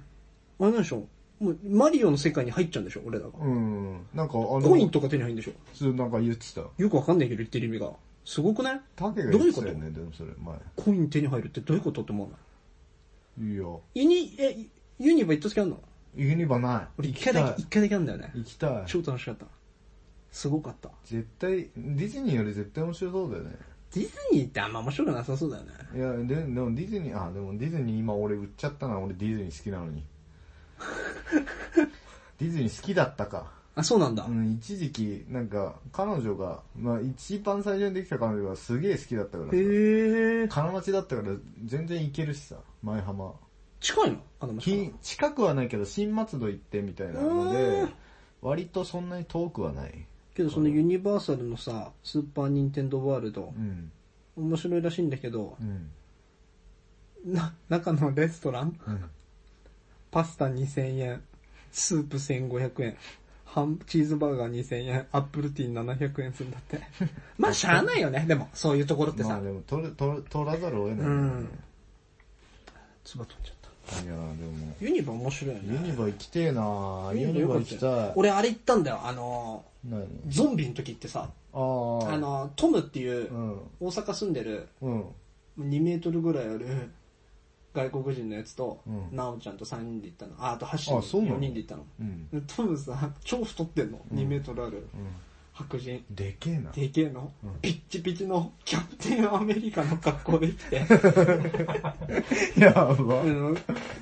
A: あれなんでしょもう、マリオの世界に入っちゃうんでしょ俺らが。
B: うん。なんかあの、
A: コインとか手に入るんでしょ
B: そうなんか言ってた。
A: よくわかんないけど言ってる意味が。すごくない
B: タケが言ってたよね、でもそれ、前。
A: コイン手に入るってどういうことって思うの
B: いいよ。
A: ユニ、え、ユニバ行った時あんの
B: ユニバない。
A: 俺一回だけ、一回だけあんだよね。
B: 行きたい。
A: 超楽しかった。すごかった。
B: 絶対、ディズニーより絶対面白そうだよね。
A: ディズニーってあんま面白くなさそうだよね。
B: いや、ででもディズニー、あ、でもディズニー今俺売っちゃったな、俺ディズニー好きなのに。ディズニー好きだったか。
A: あ、そうなんだ。
B: うん、一時期、なんか、彼女が、まあ一番最初にできた彼女がすげえ好きだったからさ
A: へえ。
B: 金町だったから全然行けるしさ、前浜。
A: 近いのあの、もしか
B: 近近くはないけど、新松戸行ってみたいなの
A: う
B: で
A: ん、
B: 割とそんなに遠くはない。
A: けどそのユニバーサルのさ、スーパーニンテンドーワールド
B: う、ん。
A: 面白いらしいんだけど
B: う、ん。
A: な、中のレストラン
B: うん。
A: パスタ2000円、スープ1500円、ハン、チーズバーガー2000円、アップルティー700円するんだって。 まあ、しゃあないよね、でも、そういうところって
B: ま
A: さ
B: あ。でも、取る、取る、取らざるを得ない、
A: うんつば飛んじゃった。
B: いやーでも、
A: ユニバ面白いよ
B: ユ
A: ね。
B: ニバ行きてえなーユニバ行きたい。
A: 俺あれ行ったんだよ、あの
B: 何
A: ー、ゾンビの時ってさ、
B: あー。
A: あのー、トムっていう
B: う、ん。
A: 大阪住んでる、
B: うん。
A: 2メートルぐらいある、外国人のやつと
B: う、ん
A: なおちゃんと3人で行ったの。あ、あと8
B: あそ
A: 人、
B: うなの
A: 4人で行ったの。
B: うん。
A: でトムさ、超太ってんの、2メートルある、白人。
B: でけえな。
A: でけえの、ピッチピチのキャプテンアメリカの格好で来 て、
B: やば
A: あ。の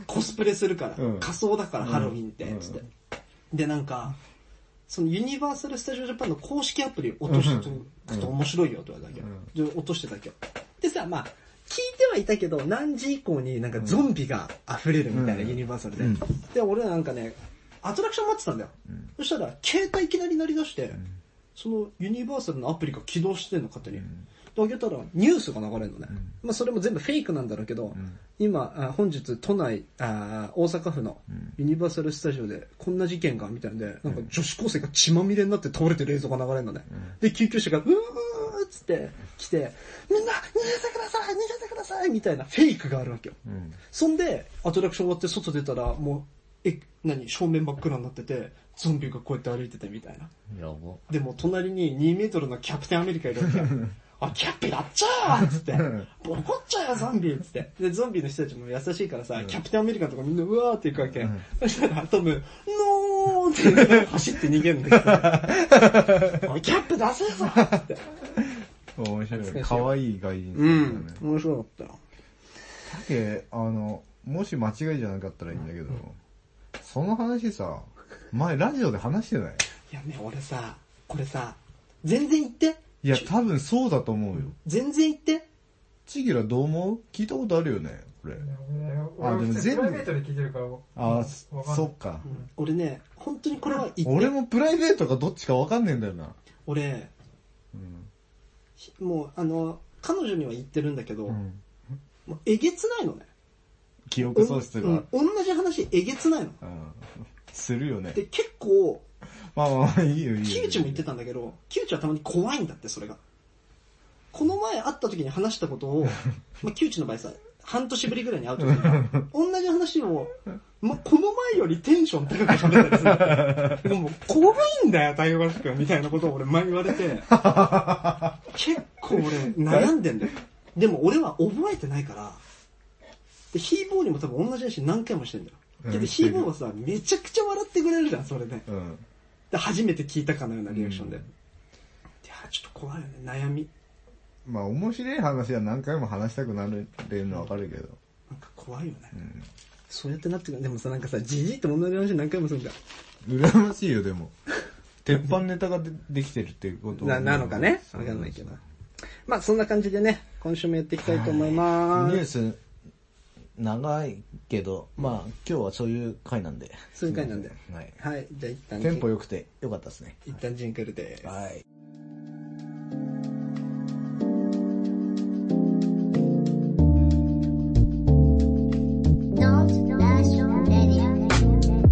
A: コスプレするから、
B: うん
A: 仮装だからハロウィンって、
B: うん
A: つって。で、なんか、そのユニバーサル・スタジオ・ジャパンの公式アプリを落としておくと面白いよって言われたわけ、で、落としてたわけよ。でさ、まあ聞いてはいたけど、何時以降になんかゾンビが溢れるみたいな、
B: うん
A: ユニバーサルで。
B: うん
A: で、俺らなんかね、アトラクション待ってたんだよ。そしたら、携帯いきなり鳴り出して、そのユニバーサルのアプリが起動してんの、勝手に。で、開けたら、ニュースが流れるのね。まあ、それも全部フェイクなんだろうけど、今、あ本日、都内あ、大阪府のユニバーサルスタジオで、こんな事件が、みたいんで、なんか女子高生が血まみれになって倒れてる映像が流れるのね。で、救急車が、うーっつって来て、みんな、逃げてください逃げてくださいみたいなフェイクがあるわけよ。
B: うん。
A: そんで、アトラクション終わって外出たら、もう、え、何正面真っ暗になってて、ゾンビがこうやって歩いててみたいな。
B: やば。
A: でも隣に2メートルのキャプテンアメリカいるわけよ。あ、キャッピやっちゃうつって。ボコっちゃうよ、ゾンビつって。で、ゾンビの人たちも優しいからさ、キャプテンアメリカのとかみんなうわーって行くわけ。そしたらトム、ノーって言って走って逃げるんだけど。おい、キャップ出せぞつって。
B: 面白
A: 懐かしい
B: い。
A: よ
B: 可愛い外人さ
A: うん
B: だよ
A: ん
B: ね。。
A: 面白かったよ。
B: だけ、あの、もし間違いじゃなかったらいいんだけど、その話さ、前ラジオで話してない
A: いやね、俺さ、これさ、全然言って。
B: いや、多分そうだと思うよ。
A: 全然言って。
B: ちぎらどう思う聞いたことあるよねこれ。
E: 俺も普通
B: で
E: に
B: も全
E: プラ
B: 部
E: イベートで聞いてるからもう
B: あー、
E: わかんない
B: そっか。
A: 俺ね、本当にこれは言って。
B: 俺もプライベートかどっちかわかんねえんだよな。
A: 俺、ひもうあの、彼女には言ってるんだけど、
B: ん
A: もうえげつないのね。
B: 記憶喪失が。
A: うん同じ話えげつないの。
B: うんするよね。
A: で、結構、
B: まあまあ、いいよいいよ。
A: キウチも言ってたんだけど、キウチはたまに怖いんだって、それが。この前会った時に話したことを、 まあ、キウチの場合さ、半年ぶりぐらいに会う時にさ、同じ話を、ま、この前よりテンション高く喋ったりするんだよ。でももう怖いんだよ、太陽橋君みたいなことを俺前言われて、結構俺悩んでんだよ。でも俺は覚えてないから、で、ヒーボーにも多分同じ話何回もしてんだよ。け
B: う
A: ど
B: ん
A: ヒーボーはさ、めちゃくちゃ笑ってくれるじゃん、それで。
B: うん。
A: で初めて聞いたかのようなリアクションで。
B: うん
A: いやーちょっと怖いよね、悩み。
B: まあ面白い話は何回も話したくなるのはわかるけど。
A: なんか怖いよね。そうやってなってくる。でもさ、なんかさ、じじいって同じ話何回もするんだよ。
B: 羨ましいよ、でも。鉄板ネタがでできてるってこと
A: な、なのかねわかんないけど。まあそんな感じでね、今週もやっていきたいと思いま
B: ニュー
A: す。
B: ス、長いけど、まあ、今日はそういう回なんで。
A: そういう回なんで。
B: はい。
A: はい。じゃあ一旦、
B: テンポ良くて良かったですね。
A: 一旦ジングルです。
B: はい。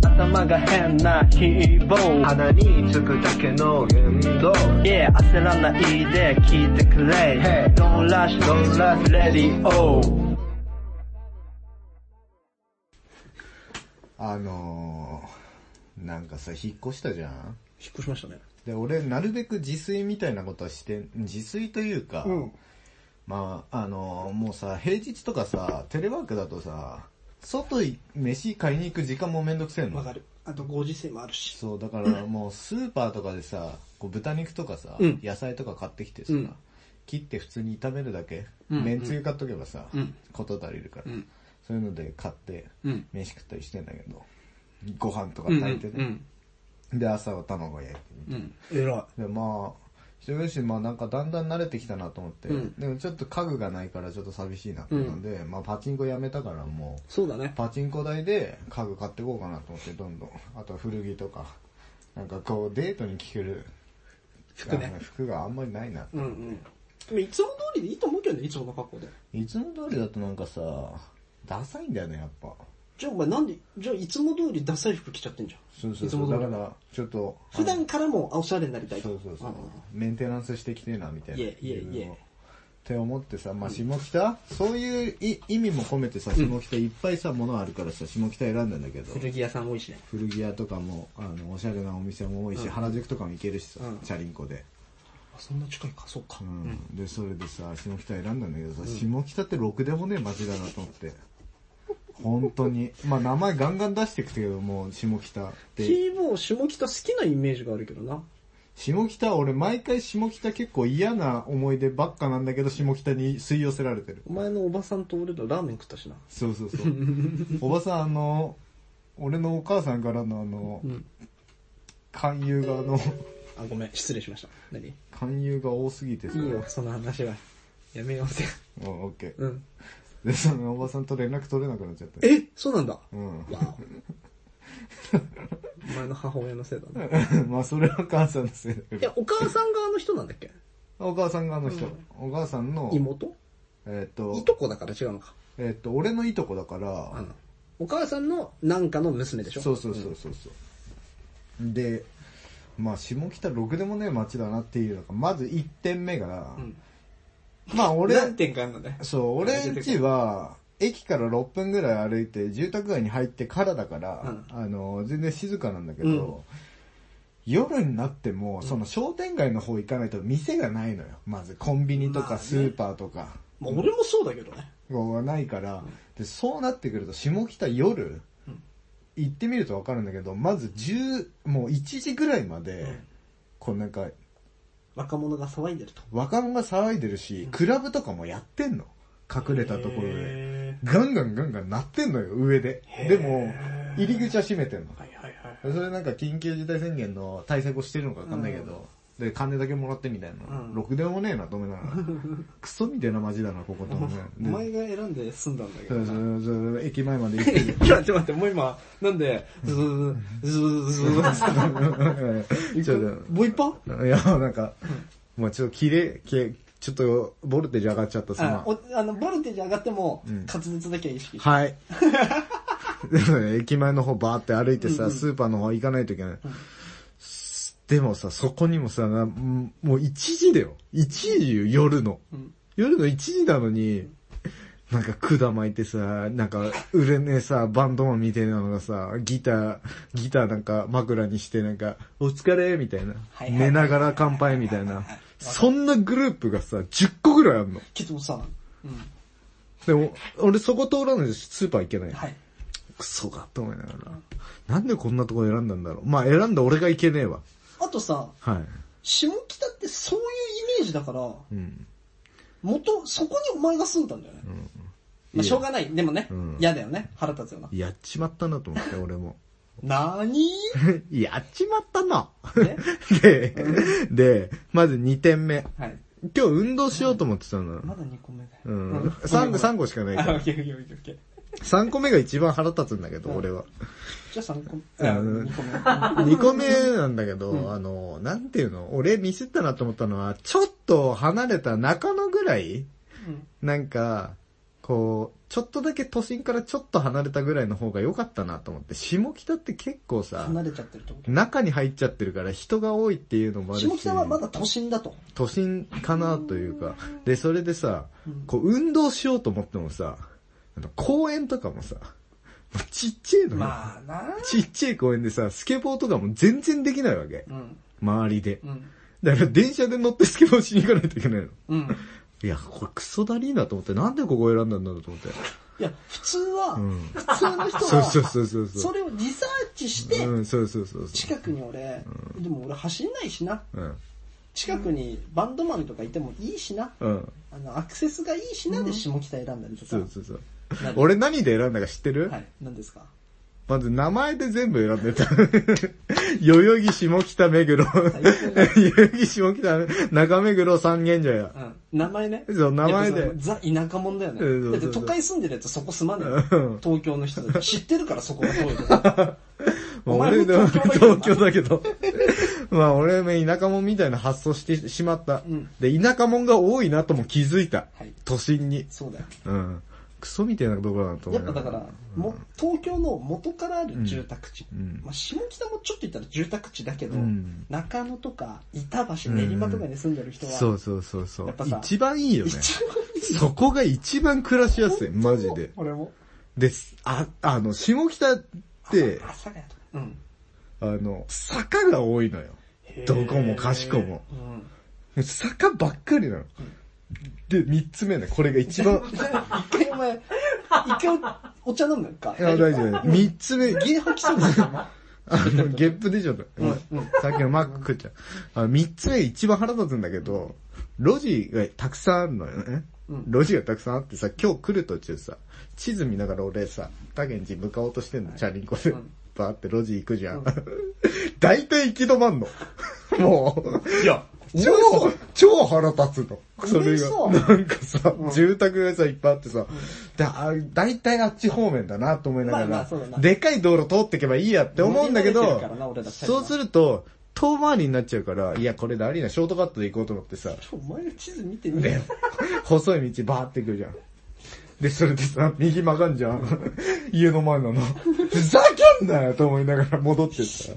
F: 頭が変な希望鼻につくだけの言動 Yeah 焦らないで聞いてくれ Hey Don't rush Don't rush Radio
B: あのー、なんかさ、引っ越したじゃん
A: 引っ越しましたね。
B: で、俺、なるべく自炊みたいなことはして、自炊というか、
A: うん。
B: まあ、あのー、もうさ、平日とかさ、テレワークだとさ、外い、飯買いに行く時間もめんどくせえの。
A: わかる。あと、ご時世もあるし。
B: そう、だからもうスーパーとかでさ、こう豚肉とかさ、
A: うん
B: 野菜とか買ってきてさ、
A: うん
B: 切って普通に炒めるだけ、
A: うん
B: めんつゆ買っとけばさ、
A: うん
B: こと足りるから、
A: うん
B: そういうので買って、
A: うん
B: 飯食ったりしてんだけど、ご飯とか
A: うん。う
B: 炊いてね。
A: ん。
B: で、朝は卵焼いてみ
A: うん。えら
B: て。で、まあ、一人暮らし、まあなんかだんだん慣れてきたなと思って、
A: うん
B: でもちょっと家具がないからちょっと寂しいなっていうので、まあパチンコやめたからもう、
A: い。そうだね。
B: パチンコ台で家具買ってこうかなと思って、どんどん。あとは古着とか。なんかこう、デートに着る
A: 服ね
B: あの服があんまりないな。
A: うんうん。でもいつも通りでいいと思うけどね、いつもの格好で。
B: いつも通りだとなんかさ、ダサいんだよね、やっぱ。
A: じゃあお前なんで、じゃあいつも通りダサい服着ちゃってんじゃん。
B: そうそ
A: い
B: う
A: つ
B: そ
A: も
B: う。
A: 通
B: だ
A: り
B: から、ちょっと。
A: 普段からもおしゃれになりたいと。
B: そうそうそう
A: あ。
B: メンテナンスしてきてえな、みたいな。
A: いえいえいえ
B: って思ってさ、まあ、下北、そういうい意味も込めてさ、下北いっぱいさ、物あるからさ、下北選んだんだけど。
A: 古着屋さん多いしね。
B: 古着屋とかも、あの、おしゃれなお店も多いし、原宿とかも行けるしさ、
A: うん
B: チャリンコで。
A: あ、そんな近いか、そうか。
B: うんで、それでさ、下北選んだんだけどさ、下北ってろくでもねえ街だなと思って。本当に。まあ名前ガンガン出してくけど、もう下北って。
A: キーボー下北好きなイメージがあるけどな。
B: 下北、俺毎回下北結構嫌な思い出ばっかなんだけど、下北に吸い寄せられてる。
A: お前のおばさんと俺のラーメン食ったしな。
B: そうそう そう。おばさん、あの、俺のお母さんからのあの、
A: ん
B: 勧誘があの、
A: あ、ごめん、失礼しました。何い
B: 勧誘が多すぎてさ。
A: いよ、その話は。やめようぜ。
B: おオッケー。
A: うん。
B: で、そのおばさんと連絡取れなくなっちゃった。
A: えそうなんだ。わ
B: うん。
A: お。お前の母親のせいだな。
B: まあそれは母さんのせいだけ
A: いや
B: ど。、
A: お母さん側の人なんだっけ
B: お母さんがあの人、お母さんの、
A: 妹
B: えっ、
A: い
B: と
A: と、こだから違うのか。
B: えっ、と、俺のいとこだか
A: あ
B: ら
A: の、、お母さんのなんかの娘でしょ
B: そうそうそうそうそう、で、まあ下北ろくでもねえ街だなっていうのが、まず1点目が、
A: ん
B: まあ俺、
A: 何点かあるのね。
B: そう、俺んちは、駅から6分ぐらい歩いて、住宅街に入ってからだから、
A: うん
B: あの、全然静かなんだけど、
A: うん
B: 夜になっても、その商店街の方行かないと店がないのよ。まずコンビニと
A: まあ
B: か
A: ね
B: スーパーとか。
A: まあ俺もそうだけどね。
B: がないから、で、そうなってくると、下北夜、行ってみるとわかるんだけど、まず10、もう1時ぐらいまで、こうなんか、
A: 若者が騒いでると。
B: 若者が騒いでるし、クラブとかもやってんの。隠れたところで
A: へ。
B: ガンガンガンガン鳴ってんのよ、上で。でも、入り口は閉めてんの。
A: はいはいはい。
B: それなんか緊急事態宣言の対策をしてるのかわかんないけど、で、金だけもらってみたいな。
A: うん
B: ろくでもねえなと思いながら。クソみたいな街だな、ここと思いながら
A: お前が選んで住んだんだけ
B: そ
A: ど
B: う
A: な。
B: そうそう、駅前まで行ってる。
A: いや、ちょっと待って、もう今、なんで、ズーズーズーズー
B: ちょっ
A: もう一本
B: と、いや、なんか、もうちょっと切れ、けちょっと、ボルテージ上がっちゃった、そ
A: あ
B: の。
A: おあの、ボルテージ上がっても
B: ん、
A: 滑舌だけは意識して。
B: はい。 でもね、駅前の方バーって歩いてさ、スーパーの方行かないといけない。でもさ、そこにもさ、なんもう1時だよ。1時よ、夜の。夜の1時なのに、なんか管巻いてさ、なんか売れねえさ、バンドマンみたいなのがさ、ギター、ギターなんか枕にしてなんか、お疲れみたいな。
A: はいはい
B: 寝ながら乾杯みたいな。そんなグループがさ、10個ぐらいあんの。
A: けどさ、
B: でも、俺そこ通らないでスーパー行けない。
A: はい。
B: クソがと思いながら。なんでこんなとこ選んだんだろう。まあ選んだ俺がいけねえわ。
A: あとさ、
B: はい。
A: 下北ってそういうイメージだから、
B: うん。
A: 元、そこにお前が住んだんだよね。まあ、しょうがない。でもね
B: ん、
A: 嫌だよね。腹立つよな。
B: やっちまったなと思 って、俺も。
A: なーに
B: やっちまったな
A: え
B: で、で、まず2点目。
A: ーはい。
B: 今日運動しようと思ってたの。
A: まだ2個目だよ。
B: うん。3, 三個しかないか
A: あ、オ
B: ら
A: ッ。ケーオッケーオッケーオッケー。
B: 3個目が一番腹立つんだけど、俺は。
A: じゃあ3個目。
B: う
A: あ
B: ん
A: 2個目。
B: 2個目なんだけど、あの、なんていうの俺ミスったなと思ったのは、ちょっと離れた中野ぐらい、なんか、こう、ちょっとだけ都心からちょっと離れたぐらいの方が良かったなと思って、下北って結構さ、
A: 離れちゃってるってこ
B: 中に入っちゃってるから人が多いっていうのもあ
A: と。
B: るし。
A: 下北はまだ都心だと。
B: 都心かなというか、で、それでさ、こう、運動しようと思ってもさ、あの公園とかもさ、もうちっちゃいのよ。
A: まあな
B: ちっちゃい公園でさ、スケボーとかも全然できないわけ。
A: うん。
B: 周りで。
A: うん。
B: だから電車で乗ってスケボーしに行かないといけないの。
A: うん。
B: いや、これクソだりーなと思って、なんでここ選んだんだろうと思って。
A: いや、普通は、
B: うん。
A: 普通の人
B: そう
A: は、
B: そうそうそう。
A: それをリサーチして、
B: うん、そうそうそうそ
A: 近くに俺、でも俺走んないしな。
B: う。うん。
A: 近くにバンドマンとかいてもいいしな。
B: うん。
A: あの、アクセスがいいしなで下北選んだりとか。
B: そうそうそう。
A: なんで
B: 俺何で選んだか知ってる、
A: はい。何ですか
B: まず名前で全部選んでた。 代々木下北目黒。代々木下北中目黒三軒茶屋
A: う。ん。名前ね。
B: そう名前で
A: やっぱそのザ、田舎者だよね。
B: うんそう
A: だ
B: そ
A: っ
B: う
A: て
B: そう
A: 都会住んでるやつそこ住まねえよ
B: うん
A: 東京の人た ち。知ってるからそこが遠いから。お前
B: 俺でも
A: 東
B: 東
A: 京
B: 京だけど。まあ俺も田舎者みたいな発想してしまった。
A: うん
B: で、田舎者が多いなとも気づいた。
A: はい
B: 都心に。
A: そうだよ。
B: うん。クソみたいなところだなと思
A: や
B: う
A: っぱだから、も東京の元からある住宅地、
B: うん
A: まあ、下北もちょっと言ったら住宅地だけど、
B: うん
A: 中野とか板橋、練馬とかに住んでる人は、
B: そうそうそうそ
A: や
B: う
A: っぱさ。
B: 一番いいよね。
A: 一番いい
B: そこが一番暮らしやすい、マジで。
A: 俺も、
B: です。あ、あの、下北って、
A: 阿佐ヶ谷とか。うん。
B: あの、坂が多いのよ。どこもかしこも。
A: うん。
B: 坂ばっかりなの。で、三つ目ね、これが一番、
A: 一回お前、一回おお茶飲むか。
B: いや、大丈夫大丈夫。三つ目、
A: 銀吐きそうだよ、
B: あの、ゲップ出ちゃった。
A: うんうん
B: さっきのマック食っちゃう。あの、三つ目一番腹立つんだけど、路地がたくさんあるのよね。
A: うん
B: 路地がたくさんあってさ、今日来る途中さ、地図見ながら俺さ、他県地向かおうとしてんの、チャリンコで。
A: うん
B: バーって路地行くじゃん。 大体行き止まんの。もう。いや、超、超腹立つの。それ
A: そ
B: が。
A: う
B: なんかさ、住宅がさ、いっぱいあってさ、だ、大体あっち方面だなと思いながら、
A: まあまあそうだな
B: でかい道路通ってけばいいやって思うんだけ
A: 乗り慣れ
B: ど
A: てるからな俺ら、二人は
B: そうすると、遠回りになっちゃうから、いや、これだりな、ショートカットで行こうと 思ってさ、
A: お前の地図見てみ
B: で、細い道バーって行くじゃん。で、それでさ、右曲がんじゃん。 家の前なの。ふざけんなよと思いながら戻ってさ。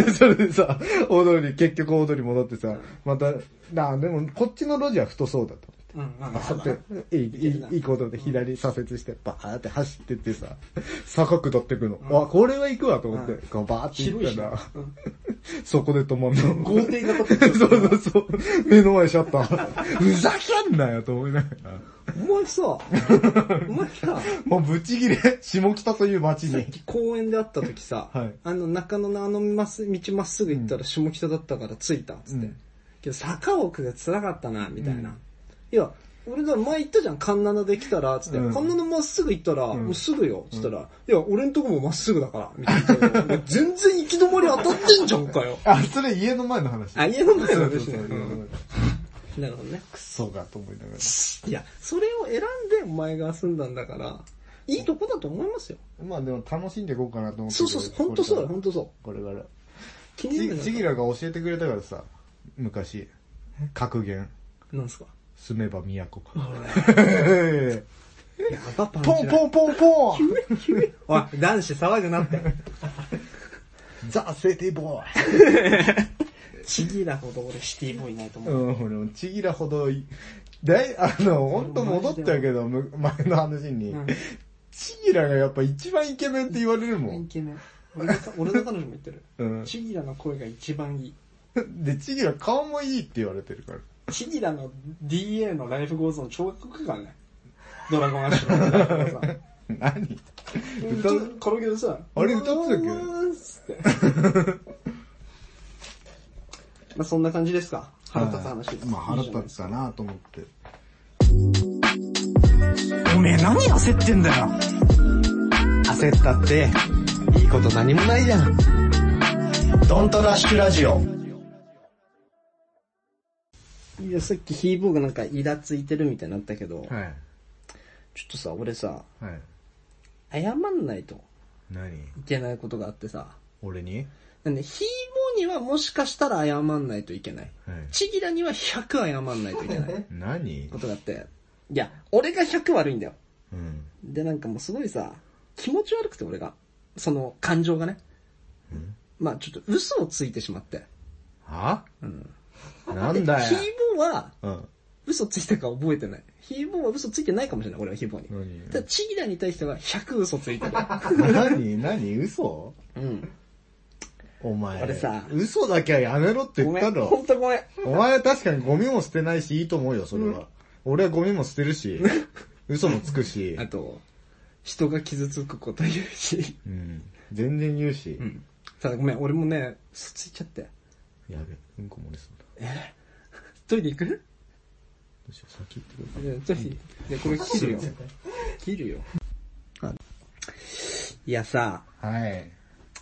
B: で、それで さ、大通り、結局大通り戻ってさ、また、なあ、でも、こっちの路地は太そうだと。
A: うん、うん、
B: あ、そうやって、いい、いい、いいことで左左折して、バーって走ってってさ、坂下ってくの。あ、これは行くわと思って、こうバーって行ったら、そこで止まんの。
A: 豪邸が取って
B: そうそうそう。目の前シャッター。ふざけんなよと思いながら。
A: お前さ、お前 さ、
B: もうぶち切れ、下北という街に。
A: 公園で会った時さ、
B: はい
A: あの中野のあのまっす道まっすぐ行ったら下北だったから着いたっつって、
B: うん
A: けど坂奥が辛かったなみたいな、いや俺だから前言ったじゃん環七で来たらっつって、
B: うん
A: 環七まっすぐ行ったら、もうすぐよっつったら、いや俺んとこもまっすぐだからみたいな言った ら全然行き止まり当たってんじゃんかよ
B: あ、それ家の前の話。
A: あ家の前
B: そ
A: の
B: う
A: 話
B: そうそう
A: ね
B: 家の前の話。
A: なるほどね
B: クソがと思いながら。
A: いやそれを選んでお前が住んだんだからいいとこだと思いますよ
B: まあでも楽しんでいこうかなと思って。
A: そうそうそう本当そうだよ本当そう
B: これから。
A: 気にな
B: ち
A: る
B: ちぎらが教えてくれたからさ、昔。格言。
A: なん すか
B: 住めば 都か。
A: やばパン
B: ポンポンポンポン
A: おい、男子騒ぐなって。
B: ザ・セティボーイ
A: ちぎらほど俺シティボーイいないと思う。
B: うん、俺もちぎらほどい、だい、あの、ほんと戻ったけど、む前の話に、
A: うん
B: ちぎらがやっぱ一番イケメンって言われるも
A: イ
B: ん。
A: ケメン。俺の彼俺の彼女も言ってる。
B: うん。
A: ちぎらの声が一番いい。
B: で、ちぎら顔もいいって言われてるから。
A: ちぎらの DA のライフゴーズの超かっこいいからね。ドラゴンアッシュのライフゴーズさ。
B: 何
A: 歌
B: 歌う
A: う、カラオケでさ。
B: あれ歌ってたっけ
A: うわーつって。 まあそんな感じですか。腹立つ話です。
B: まあ腹立
A: いいじ
B: つかなと思って。
C: おめえ何焦ってんだよ。焦ったって、いいこと何もないじゃん。ドントラッシュラジオ。
A: ゃない。いや、さっきヒーボーがなんかイラついてるみたいになったけど、
B: はい。
A: ちょっとさ、俺さ、
B: はい。
A: 謝んないと
B: 何
A: いけないことがあってさ。
B: 俺に
A: なんで、ひーぼーにはもしかしたら謝んないといけない。
B: はい。
A: ちぎらには100謝んないといけない
B: 何
A: ことがあって。いや、俺が100悪いんだよ。
B: うん。
A: で、なんかもうすごいさ、気持ち悪くて俺が。その感情がね。まあちょっと嘘をついてしまって。
B: は
A: ん
B: なんだ
A: ひー
B: よ。
A: ぼーは
B: うん。
A: 嘘ついたか覚えてない。ひーぼーは嘘ついてないかもしれない、俺はひーぼーに。
B: 何
A: ただ、ちぎらに対しては100嘘ついてる。
B: 何何嘘
A: うん。
B: お前。
A: 俺さ
B: 嘘だけはやめろって
A: ご
B: 言っ
A: め
B: た
A: ん、ほ
B: ろ。
A: んとごめん。
B: お前は確かにゴミも捨てないしいいと思うよ、それは。俺はゴミも捨て るし、嘘もつくし
A: あ、と、人が傷つくこと言うし。
B: うん。全然言うし。
A: ただごめん、俺もね、嘘ついちゃって。
B: やべ、うんこ漏れそうだ。
A: トイレ行く
B: どうしよう、先行ってくる。
A: いやトイレ、いやこれ切るよ。切るよ。あいやさ、
B: はい。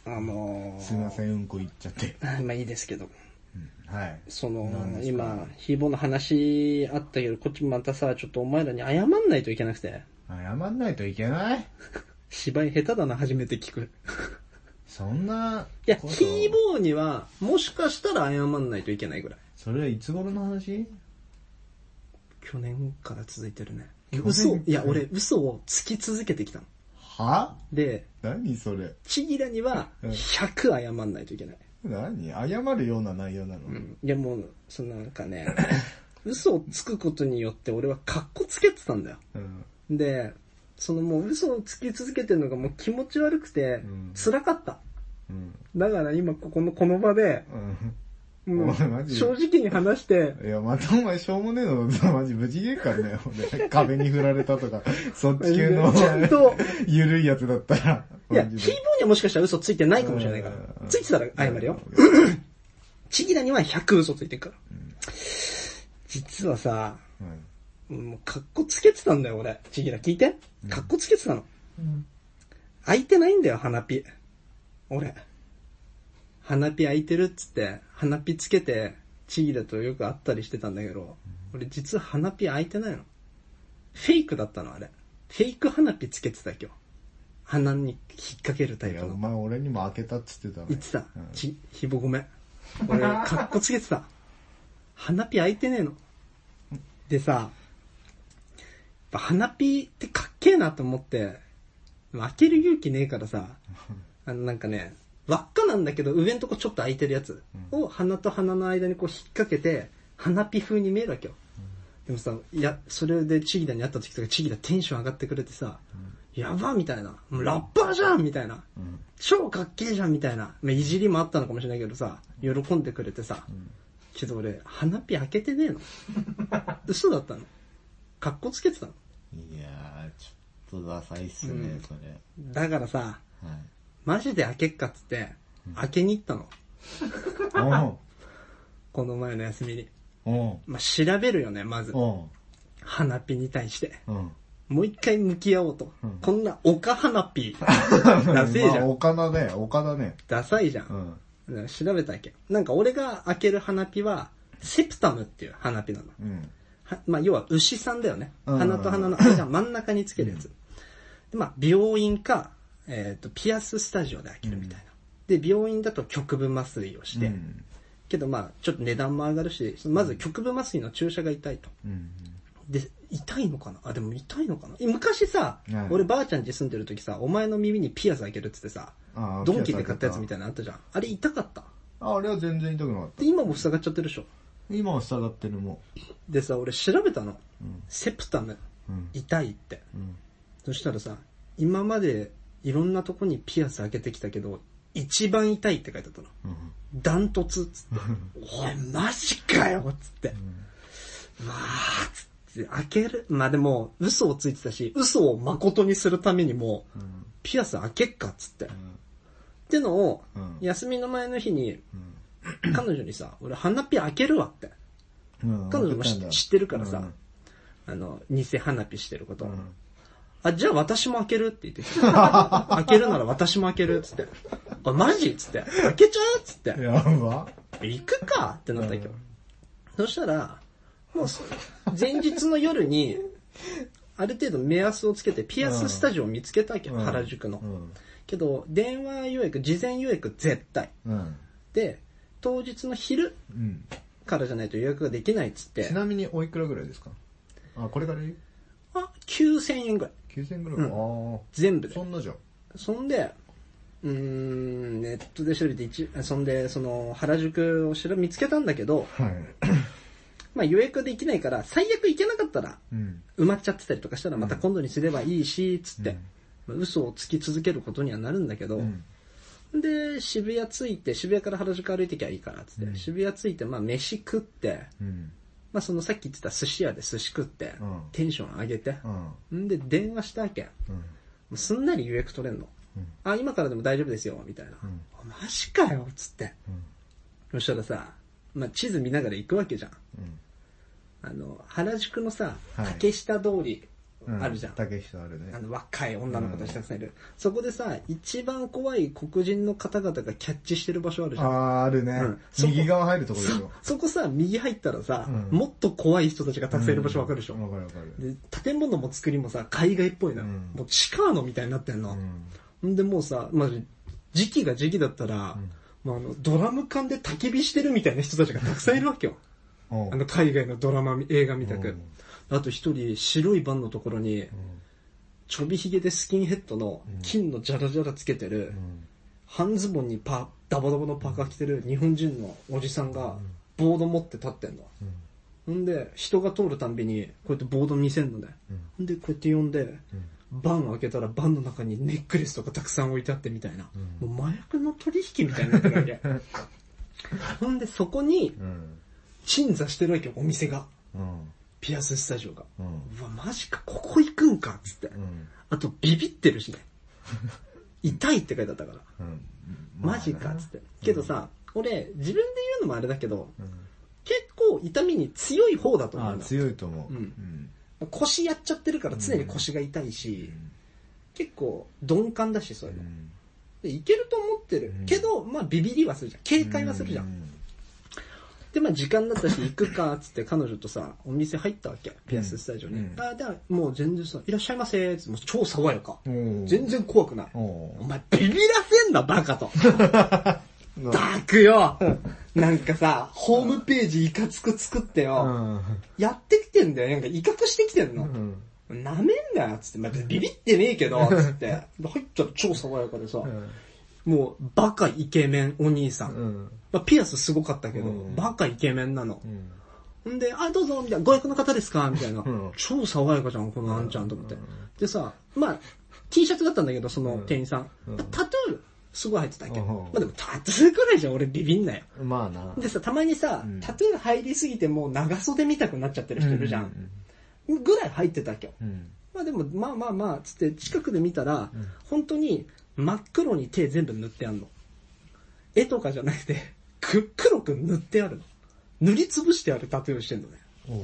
A: あのー、
B: すいません、うんこ行っちゃって。
A: ん。 まあいいですけど、
B: はい。
A: そ
B: 何
A: の、
B: ですか
A: 今、ひーぼーの話あったけど、こっちまたさ、ちょっとお前らに謝んないといけなくて。
B: 謝んないといけない
A: 芝居下手だな、初めて聞く。
B: そんな。
A: いや、
B: こ
A: ひ
B: と
A: ーぼーには、もしかしたら謝んないといけないぐらい。
B: それはいつ頃の話
A: 去年から続いてるね。
B: 去年
A: 嘘、いや、俺、嘘をつき続けてきたの。
B: は
A: で、
B: 何それ
A: ちぎらには、
B: うん
A: 100謝んないといけない。
B: 何謝るような内容なの、
A: いやもう、そのなんかね、嘘をつくことによって俺はカッコつけてたんだよ。
B: うん
A: で、そのもう嘘をつき続けてるのがもう気持ち悪くて
B: ん、
A: 辛かった。
B: うん
A: だから今ここの、この場で、もう
B: お前マジ
A: 正直に話して、
B: うん、いや、またお前しょうもねえの、マジ無事喧嘩だよ、俺。壁に振られた とか、そっち系の、
A: ちゃんと、
B: ゆるいやつだったら。
A: いや、
B: マ
A: ヒーボー
B: ジで
A: にはもしかしたら嘘ついてないかもしれないか
B: う
A: ら。
B: ん
A: ついてたら謝るよ。ちぎらには100嘘ついてるから。実はさ、
B: うん
A: もう、かっこつけてたんだよ、俺。ちぎら、聞いて。かっこつけてたの。開いてないんだよ、花火。俺。花火開いてるっつって、花火つけて、ちぎらとよく会ったりしてたんだけど、俺実は花火開いてないの。フェイクだったの、あれ。フェイク花火つけてた、今日。鼻に引っ掛けるタイ
B: い
A: プ
B: や、お
A: の。
B: 前俺にも開けたっつってたのに
A: 言ってた
B: うん。
A: ち、ひぼごめん。俺、かっこつけてた。花火開いてねえの。でさ、やっぱ花火ってかっけえなと思って、でも開ける勇気ねえからさ、あのなんかね、輪っかなんだけど上のとこちょっと開いてるやつを鼻と鼻の間にこう引っ掛けて、花火風に見えるわけよ。でもさ、いや、それでチギダに会った時とかチギダテンション上がってくれてさ、やばみたいな。もうラッパーじゃんみたいな。超かっけえじゃんみたいな。まあ、いじりもあったのかもしれないけどさ、喜んでくれてさ。けど俺、花火開けてね えの。嘘だったの。格好つけてたの。
B: いやー、ちょっとダサいっすね、それ。
A: だからさ、
B: はい
A: マジで開けっかっつって、開けに行ったの。この前の休みに。
B: うん。うん。
A: まあ、調べるよね、まず
B: う。ん。
A: 花火に対して。
B: うん。
A: もう一回向き合おうと。
B: ん
A: こんな丘花 火。ダセえじゃ
B: まあ、
A: ん。
B: 岡田ね、岡田ね。
A: ダサいじゃ。
B: うんん。
A: だから調べたわけ。なんか俺が開ける花火は、セプタムっていう花火なの。
B: うん。
A: はまあ、要は牛さんだよね。
B: うん
A: 鼻と鼻の間真ん中につけるやつ。でまあ、病院か、えっ、と、ピアススタジオで開けるみたいな。で、病院だと局部麻酔をして、
B: うん
A: けどまあ、ちょっと値段も上がるし、まず局部麻酔の注射が痛いと。
B: うん。
A: で、痛いのかなあ、でも痛いのかな昔さ、
B: うん
A: 俺ばあちゃん家住んでる時さ、お前の耳にピアス開けるっつってさ
B: あー、
A: ドンキで買ったやつみたいなのあったじゃん。あれ痛かった。
B: あ、あれは全然痛くなかっ
A: で、今も塞がっちゃってるでしょ。
B: た。今は下がってるも
A: でさ、俺調べたの。セプタム、
B: うん
A: 痛いって。
B: う。うん。
A: そしたらさ、今までいろんなとこにピアス開けてきたけど、一番痛いって書いてあったの。
B: うん。
A: ダントツっつって。おい、マジかよっつって。うわーっつって、開ける。まあでも、嘘をついてたし、嘘を誠にするためにも、ピアス開けっかっつって。ってのを、
B: うん
A: 休みの前の日に、彼女にさ、俺花火開けるわって。
B: うん
A: 彼女も知知ってるからさ、
B: うん
A: あの、偽花火してること。
B: ん
A: あ、じゃあ私も開けるって言 ってきた。開けるなら私も開けるっつって。あ、マジっつって。開けちゃうっつって。
B: やば。
A: 行くかってなったわけよ。そしたら、もうそ、前日の夜に、ある程度目安をつけて、ピアススタジオを見つけたわけ、
B: うん
A: 原宿の
B: う。ん。
A: けど、電話予約、事前予約絶対。
B: うん。
A: で、当日の昼
B: うん。
A: からじゃないと予約ができないっつって
B: ち、なみにおいくらぐらいですかあ、これから言う
A: あ、9000円ぐらい。
B: ?9000 ぐらい、あ
A: 全部
B: あ。
A: で
B: そ。んなじゃん。
A: そんで、うーん、ネットで調べて一、そんで、その、原宿を調べ、見つけたんだけど、
B: はい。
A: まあ予約できないから、最悪行けなかったら、
B: うん。
A: 埋まっちゃってたりとかしたらまた今度にすればいいし、つって、まあ嘘をつき続けることにはなるんだけど、
B: うん。
A: で、渋谷着いて、渋谷から原宿歩いてきゃいいから、つって、
B: うん
A: 渋谷着いて、まあ飯食って、
B: うん。
A: まあそのさっき言ってた寿司屋で寿司食って、
B: うん
A: テンション上げて、
B: うん。
A: んで電話したわけ。も
B: うん。
A: うすんなり予約取れんの。
B: うん
A: あ、今からでも大丈夫ですよ、みたいな。
B: うん
A: あマジかよ、つって。
B: う
A: そ
B: ん。
A: したらさ、まあ地図見ながら行くわけじゃん。
B: うん。
A: あの、原宿のさ、
B: はい
A: 竹下通り、あるじゃん。
B: 竹下あるね
A: あ。の若い女の子たちたくさんいる、そこでさ一番怖い黒人の方々がキャッチしてる場所あるじ
B: あ
A: ゃん
B: あ、あるね、
A: うん
B: 右側入るところでし
A: そ
B: ょ。
A: そこさ右入ったらさ、
B: うん
A: もっと怖い人たちがたくさんいる場所わかるでしょ、
B: うんわかるわかる。
A: で建物も作りもさ海外っぽいな、
B: うん
A: もう地下のみたいになってん
B: う
A: の、
B: ん。
A: ん、でもうさ、まあ、時期が時期だったら、もうあのドラム缶で焚き火してるみたいな人たちがたくさんいるわけよ
B: おう
A: あの海外のドラマ、映画みたく。
B: うん
A: あと一人、白いバンのところに、ちょびひげでスキンヘッドの金のジャラジャラつけてる、
B: ん
A: 半ズボンにパ、ダボダボのパーカー着てる日本人のおじさんが、ボード持って立ってんの。ほんで、人が通るたんびに、こうやってボード見せんのね。ほんで、こうやって呼んで、バン開けたらバンの中にネックレスとかたくさん置いてあってみたいな。もう麻薬の取引みたいになってるわ け。ほんで、そこに、
B: うん。
A: 鎮座してるわけよ、お店が。
B: うん。
A: ピアススタジオが。
B: う
A: うんわ、マジか、ここ行くんか、っつって。
B: うん。
A: あと、ビビってるし ね。痛いって書いてあったから。
B: うん。
A: マジか、っつって。けどさ、俺、自分で言うのもあれだけど、
B: ん
A: 結構痛みに強い方だと
B: あ
A: 思う
B: あ、
A: の。
B: 強いと思う。
A: うん
B: ん。
A: 腰やっちゃってるから常に腰が痛いし、結構鈍感だし、そういうの。
B: うん
A: で、いけると思ってる。けど、まあ、ビビりはするじゃん。警戒はするじゃん。で、まあ時間だったし行くか、つって彼女とさ、お店入ったわけ。ピアススタジオに。
B: うん
A: あ、ではもう全然さ、いらっしゃいませーつって、もう超爽やか。
B: うん。
A: 全然怖くない。
B: おう
A: お前ビビらせんな、バカ と。バクよ。なんかさ、ホームページいかつく作って
B: う
A: よ。
B: ん。
A: やってきてんだよ。なんか威嚇してきてんの。
B: うん。
A: なめんなよ、つって。まあビビってねえ けど、つって。で入ったら超爽やかでさ、もう、バカイケメンお兄さん。
B: うん。
A: まあ、ピアスすごかったけど、
B: うん
A: バカイケメンなの
B: う。ん。
A: んで、あ、どうぞ、みたいな、ご予約の方ですかみたいな
B: うん。
A: 超爽やかじゃん、このあんちゃんと思って。でさ、まあ、T シャツだったんだけど、その店員さん。
B: うん
A: タトゥー、すごい入ってたっけ
B: うん
A: ど。まあでもタトゥーくらいじゃ俺ビビんなよ。
B: まあな。
A: でさ、たまにさ
B: うん、
A: タトゥー入りすぎてもう長袖見たくなっちゃってる人いるじゃん。ぐらい入ってたっけよ。
B: うん。
A: まあでも、まあまあまあ、つって近くで見たら、本当に真っ黒に手全部塗ってあんの。絵とかじゃなくて、く、黒く塗ってあるの。塗りつぶしてあるタトゥーをしてんのね。
B: おう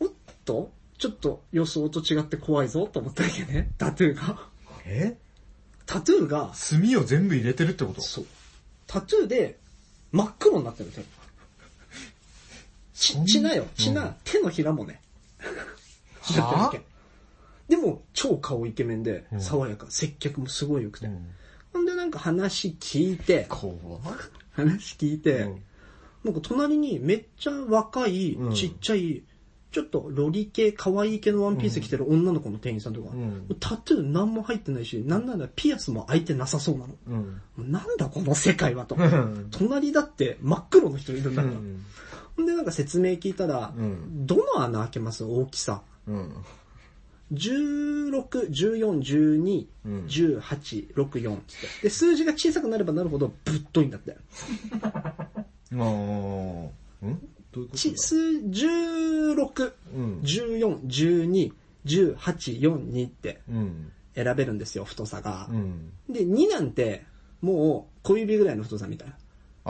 A: おっとちょっと予想と違って怖いぞと思ったわけね。タトゥーが。
B: え
A: タトゥーが、
B: 墨を全部入れてるってこと
A: そう。タトゥーで真っ黒になってるんですよ。
B: そん
A: ち、
B: な
A: 血なよ。血
B: う
A: な、手のひらもね。しちゃってるわけ。 でも、超顔イケメンで、爽やか、接客もすごい良くて。
B: ん
A: ほんでなんか話聞いて、
B: 怖
A: 話聞いて、
B: うん
A: なんか隣にめっちゃ若い、
B: うん
A: ちっちゃい、ちょっとロリ系、可愛い系のワンピース着てる女の子の店員さんとか、
B: ん
A: タトゥー何も入ってないし、なんならピアスも開いてなさそうなの。
B: うん。
A: なんだこの世界 はと
B: ん。
A: 隣だって真っ黒の人いるんだ
B: う
A: から。
B: ん。
A: ほんでなんか説明聞いたら、
B: うん
A: どの穴開けます大きさ。
B: うん。
A: 16、14、
B: うん
A: 12、18、64つって。で、数字が小さくなればなるほどぶっといんだって。
B: あーうんどういうこと
A: ち数、16、
B: うん。
A: 14、12、18、42って
B: うん。
A: 選べるんですよ、太さが
B: う。ん。
A: で、2なんて、もう小指ぐらいの太さみたいな。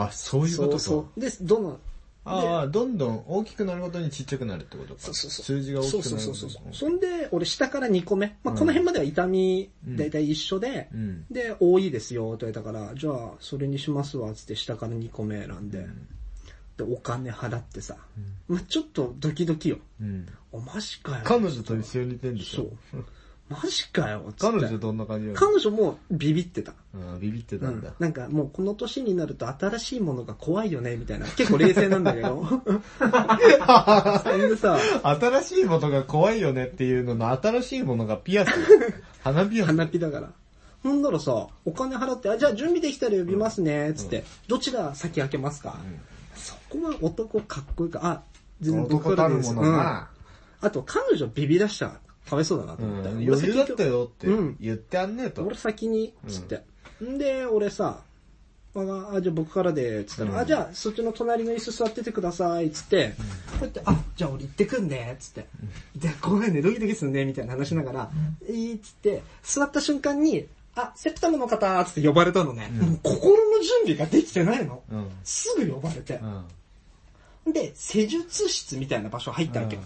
B: あ、そういうことか。
A: う。で、どの、
B: ああ、どんどん大きくなるごとにちっちゃくなるってことか。
A: そうそうそう
B: 数字が大きくなる。
A: そうそうそうそう。そんで、俺下から2個目。まあ、この辺までは痛み、だいたい一緒で、
B: うん
A: で、多いですよ、と言われたから、じゃあ、それにしますわ、つって下から2個目選んで。ってお金払ってさ、まあちょっとドキドキよ。
B: うん。
A: お、マジかよ。
B: 彼女と一緒にいてんでし
A: そ
B: ょ
A: う。マジかよ、つって
B: 彼女どんな感じなの
A: 彼女もビビってた。
B: うんビビってたんだ
A: うん。なんかもうこの年になると新しいものが怖いよね、みたいな。結構冷静なんだけど。 それでさ、
B: 新しいものが怖いよねっていうのの新しいものがピア ス。花ピアス。
A: 花火だから。ほんならさ、お金払って、あ、じゃあ準備できたら呼びますね、つって、どちら先開けますか、そこは男かっこいいか、あ、全然僕
B: 男
A: か
B: た
A: らでい
B: る
A: いです
B: ものな。
A: うん。あと、彼女ビビらしたら、かわいそうだなと
B: うん
A: 思って。
B: 余裕だったよって
A: うん
B: 言ってあんねえと
A: 俺。先に、つって。んで、俺さ、ああ、じゃあ僕からで、つったら、あ、じゃあそっちの隣の椅子座っててください、つって、こうやって、あ、じゃあ俺行ってくんね、つって。で、ごめんね、ドキドキすんね、みたいな話しながら、いい、つって、座った瞬間に、あ、セプタムの方、つって呼ばれたのね。もう心の準備ができてないの。
B: うん。
A: すぐ呼ばれて
B: う。ん。
A: で、施術室みたいな場所入ったわけ。
B: うん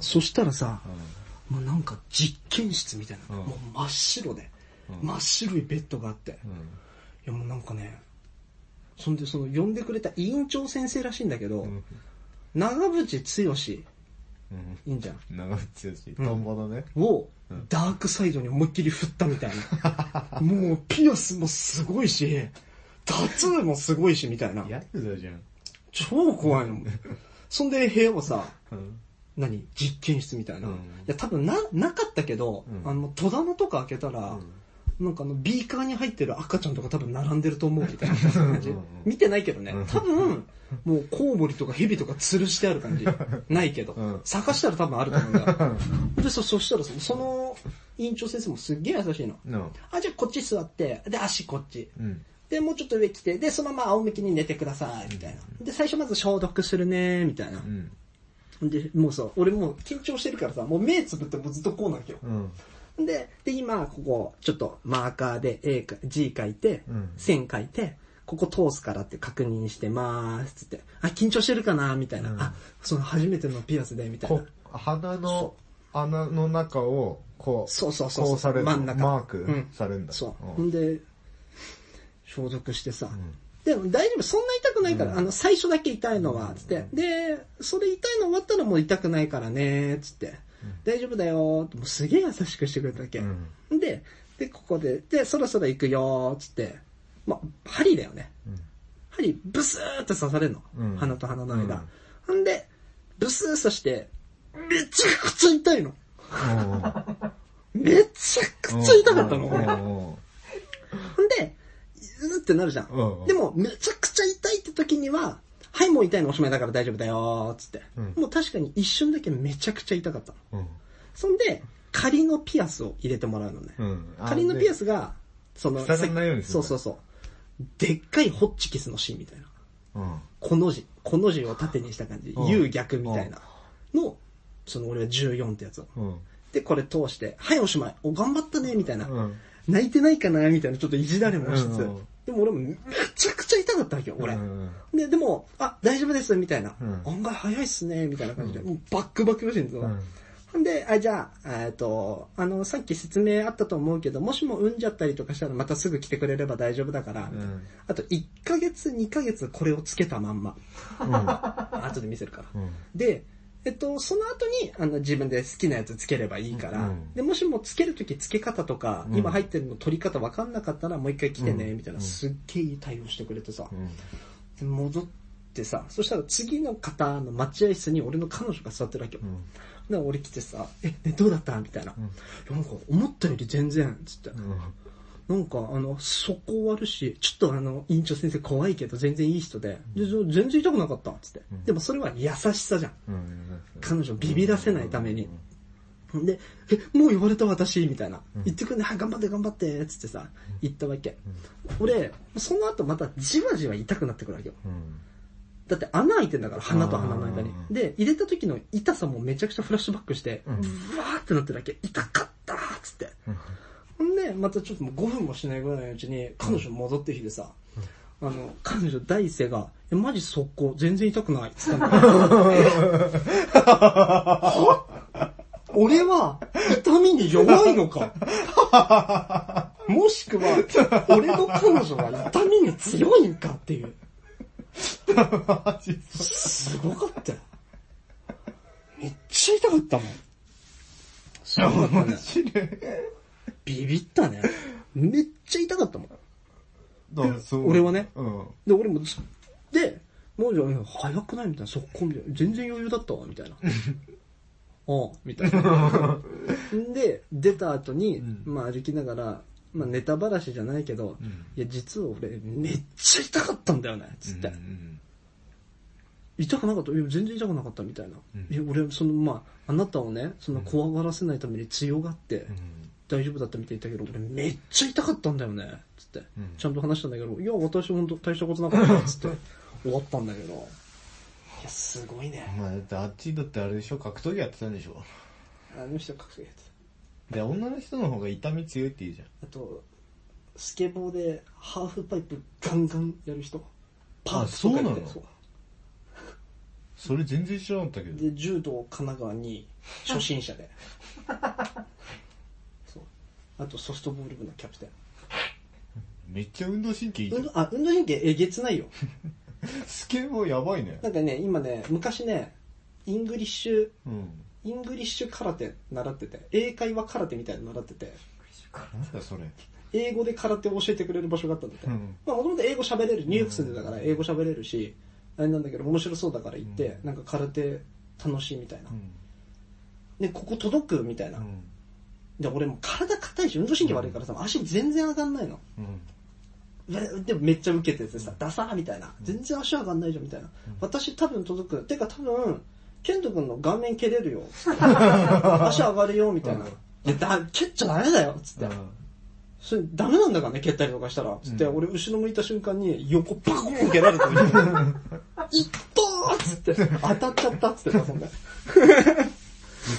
A: そしたらさ、もうなんか実験室みたいな、もう真っ白で、真っ白いベッドがあって、いやもうなんかね、そんでその呼んでくれた委員長先生らしいんだけど、長渕剛、い
B: うん。
A: いんじゃん。
B: うん。長渕剛。トンボのね。
A: を、ダークサイドに思いっきり振ったみたい な。もうピアスもすごいし、タトゥーもすごいしみたいな。
B: ヤクザじゃん。
A: 超怖いの。そんで部屋をさ、
B: うん。
A: 何実験室みたいな。
B: うん
A: いや、多分な、なかったけど、
B: うん
A: あの、戸棚とか開けたら、なんかあの、ビーカーに入ってる赤ちゃんとか多分並んでると思うみたいな感じ。 見てないけどね。多分、もうコウモリとかヘビとか吊るしてある感じ。ないけど、
B: ん
A: 探したら多分あると思うんだ。で、そ、そしたらそ、その、院長先生もすっげえ優しいの。
B: うん。
A: あ、じゃあこっち座って、で、足こっち。
B: うん。
A: で、もうちょっと上来て、で、そのまま仰向きに寝てください、みたいな。で、最初まず消毒するね、みたいな
B: う。ん。
A: で、もうさ、俺もう緊張してるからさ、もう目つぶってもうずっとこうなんけよ。
B: うん。
A: で、で、今、ここ、ちょっとマーカーで A か、G 書いて、
B: うん
A: 線書いて、ここ通すからって確認してまーす、つって。あ、緊張してるかなみたいな。あ、その初めてのピアスで、みたい
B: こ
A: な。、
B: 鼻の穴の中を、こう、
A: そうそうそうそう
B: こうされる。
A: 真ん中
B: マー
A: う
B: ク
A: ん
B: されるんだ。
A: そう。
B: ん
A: ほんで、消毒してさ、でも大丈夫、そんな痛くないから、あの、最初だけ痛いのは、つって。で、それ痛いの終わったらもう痛くないからね、つって。大丈夫だよ、ってもうすげえ優しくしてくれたわけ。で、で、ここで、で、そろそろ行くよ、つって。まあ、針だよね。針、ブスーって刺されるの。
B: うん
A: 鼻と鼻の間。ほんで、ブスー刺して、めちゃくちゃ痛いの。めちゃくちゃ痛かったの、俺。
B: の
A: ほんで、うーってなるじゃん。
B: うんうん
A: でも、めちゃくちゃ痛いって時には、はい、もう痛いのおしまいだから大丈夫だよーっつって、
B: うん
A: もう確かに一瞬だけめちゃくちゃ痛かったの。
B: うん。
A: そんで、仮のピアスを入れてもらうのね。
B: うん。
A: 仮のピア
B: ス。
A: スが、その、
B: 塞がんないようにす
A: そう
B: る
A: そうそう。でっかいホッチキスの芯みたいな。
B: うん。
A: この字。この字を縦にした感じ。
B: ん
A: U 逆みたいな。の、その俺は14ってやつを。
B: うん。
A: で、これ通して、はい、おしまい。お、頑張ったね、みたいな。
B: うん。
A: 泣いてないかなみたいな、ちょっといじられもしつ
B: うん
A: つ
B: うん。
A: でも俺もめちゃくちゃ痛かったわけよ、俺
B: う。ん
A: で、でも、あ、大丈夫です、みたいな
B: うん。
A: 案外早いっすね、みたいな感じで。もうバックバックらしいんですよ
B: うん。
A: ほんで、あ、じゃあ、えっと、あの、さっき説明あったと思うけど、もしも産んじゃったりとかしたらまたすぐ来てくれれば大丈夫だから
B: ん、
A: あと1ヶ月、2ヶ月これをつけたまんま。 後で見せるから。
B: うん。
A: で、えっと、その後に、あの、自分で好きなやつつければいいから、
B: うん
A: で、もしもつけるときつけ方とか、
B: うん
A: 今入ってるの取り方わかんなかったらもう一回来てね、みたいな、すっげえいい対応してくれてさ、で戻ってさ、そしたら次の方の待合室に俺の彼女が座ってるわけよ。
B: ん
A: で、俺来てさ、え、ね、どうだったみたいな。いやなんか、思ったより全然、つって。なんか、あの、そこ悪し、ちょっとあの、院長先生怖いけど全然いい人で、でそ全然痛くなかった、つって。でもそれは優しさじゃん。
B: うん。
A: 彼女をビビらせないために。で、え、もう言われた私みたいな。言ってくんね、はい、頑張って頑張って、つってさ、言ったわけ。俺、その後またじわじわ痛くなってくるわけよ。
B: うん。
A: だって穴開いてんだから、鼻と鼻の間に
B: あ。
A: で、入れた時の痛さもめちゃくちゃフラッシュバックして、うわーってなってるだけ、痛かったーっつって。ほんで、またちょっともう5分もしないぐらいのうちに、彼女戻ってきてさ、あの、彼女第一声が、え、マジ速攻、全然痛くないっつったんだよは俺は、痛みに弱いの か。もしくは、俺の彼女は痛みに強いんかっていう。
G: マジ
A: すごかったよ。めっちゃ痛かったもん。すごかったね。ビビったね。めっちゃ痛かったもん。
G: だそう
A: 俺はね
G: うん。
A: で、俺もず、で、もうじゃあ、早くないみたいな、速攻みたいな。全然余裕だったわ、みたいな。おうみたいな。で、出た後に、まあ歩きながら、まあネタばらしじゃないけど、いや、実は俺、めっちゃ痛かったんだよね、つって。痛くなかったいや全然痛くなかったみたいな。いや、俺、その、まあ、あなたをね、その怖がらせないために強がって、大丈夫だったみたいだけど、俺めっちゃ痛かったんだよね、つって。ちゃんと話したんだけど、いや、私本当大したことなかった、つって。終わったんだけど。いや、すごいね。
G: まあ、だってあっちだってあれでしょ格闘技やってたんでしょ
A: あの人格闘技やって
G: で、女の人の方が痛み強いって言うじゃん。
A: た。あと、スケボーでハーフパイプガンガンやる人。パーツとかやって
G: あそうなのそれ全然知らなかったけど。
A: で、柔道神奈川に初心 者で。そう。あとソフトボール部のキャプテン。
G: めっちゃ運動神経いいじゃん。
A: 運動、あ、運動神経えげつないよ。
G: スケボーやばいね。
A: なんかね、今ね、昔ね、イングリッシュ、
G: うん。
A: イングリッシュ空手習ってて、英会話空手みたいなの習ってて、
G: なんだそれ。
A: 英語で空手を教えてくれる場所があったんだって。
G: うん
A: まあもともと英語喋れる、ニューヨーク住んでたから英語喋れるし、あれなんだけど面白そうだから行って、なんか空手楽しいみたいな
G: う。ん。
A: で、ここ届くみたいな。
G: うん。
A: で、俺もう体硬いし、運動神経悪いからさ、足全然上がんないの。
G: うん。
A: ででもめっちゃ受けててさ、ダサーみたいな。全然足上がんないじゃんみたいな。私多分届く。てか多分、ケント君の顔面蹴れる よ。足上がるよみたいな。いや、だ、蹴っちゃダメだよつって。それダメなんだからね、蹴ったりとかしたら。つって、俺後ろ向いた瞬間に横パコン蹴られ たみたいな。いっとーつって、当たっちゃったっつってた、そんで。
G: ぶ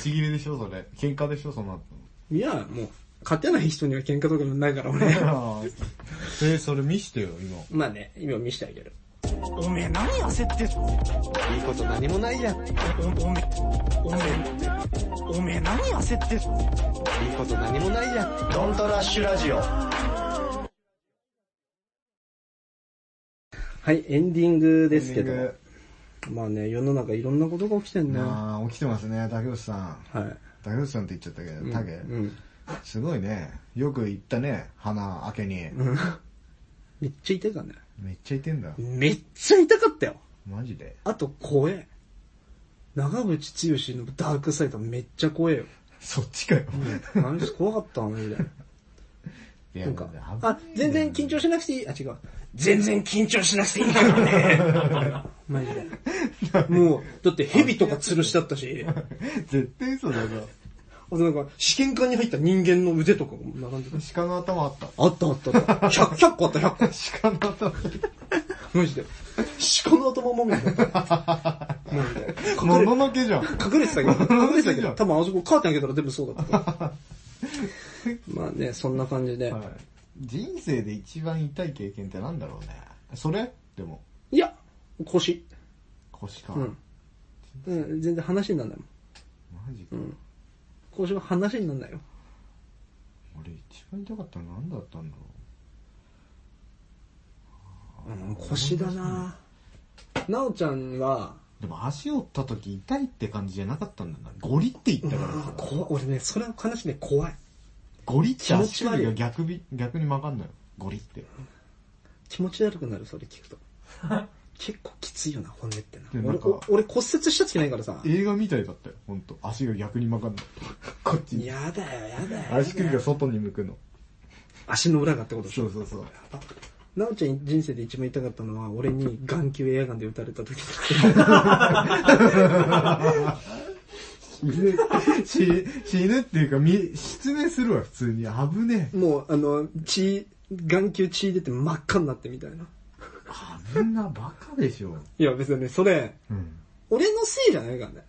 G: ち切れでしょそれ。喧嘩でしょそ の後。
A: いや、もう、勝てない人には喧嘩とかもないから俺。
G: ああ。え、それ見してよ、今。
A: まあね、今見してあげる。
H: おめえ何焦ってんの
A: いいこと何もないじゃん。いい
H: おおめえ、おめえ、おめえ何焦ってんの
A: こと何もないじゃん。
F: ドントラッシュラジオ
A: はい、エンディングですけ
G: エンディン
A: ど。まあね、世の中いろんなことが起きてんね。は
B: ああ、起きてますね、竹内さん。
A: い。
B: 竹内さんって言っちゃったけど、竹、
A: うん。
B: すごいね。よく行ったね、鼻開けに。
A: めっちゃ痛いからね。
B: めっちゃいてんだ。
A: めっちゃ痛かったよ。
B: マジで。
A: あと、怖え。長渕剛のダークサイドめっちゃ怖えよ。
B: そっちかよ。
A: あの人怖かったので
B: いや
A: なんか、
B: 危
A: あ、全然緊張しなくていい。あ、違う。全然緊張しなくていいからね。 マジで。もう、だって蛇とか吊るしてあったし、 あ
G: 絶対そうだぞ。
A: となんか試験管に入った人間の腕とかも並んでたし。
G: 鹿の頭あった。
A: あったあったあった。100、100個あった100個。
G: 鹿の頭。
A: マジで。鹿の頭もみたいな。マジで。
G: もののけじゃん。
A: 隠れてたけど、隠れてたけど、多分あそこカーテン開けたら全部そうだったから。まあね、そんな感じで。
G: はい。人生で一番痛い経験ってなんだろうね。それでも、
A: い、や、腰。
G: 腰か。
A: うん。うん、全然話にならないもん。
G: マジか。
A: 腰は話にならないよ。
G: 俺一番痛かったの何だったんだろ
A: うん腰だななおちゃんは、
G: う。でも足折った時痛いって感じじゃなかったんだな。ゴリって言ったからさ。
A: 怖俺ね、それの話ね、怖い。
G: ゴリって足
A: 気持ち悪
G: 首
A: い
G: が逆び逆に曲がんのよ。ゴリって。
A: 気持ち悪くなる、それ 聞くと。結構きついよな、骨ってな。
G: でなん
A: 俺
G: か
A: お俺骨折した時ないからさ。
G: 映画みたいだったよ。ほんと。足が逆に曲がんの。こっちに。
A: やだよ、やだよ。
G: 足首が外に向くの。
A: 足の裏がってことでしょ
G: そうそうそう。
A: なおちゃん人生で一番痛かったのは、俺に眼球エアガンで撃たれた 時だ
B: 死ぬ、死死ぬっていうか、み、失明するわ、普通に。危ねえ。
A: もう、あの、血、眼球血出て真っ赤になってみたいな。
B: みんなバカでしょ。
A: いや、別にね、それ、
B: うん。
A: 俺のせいじゃないからね。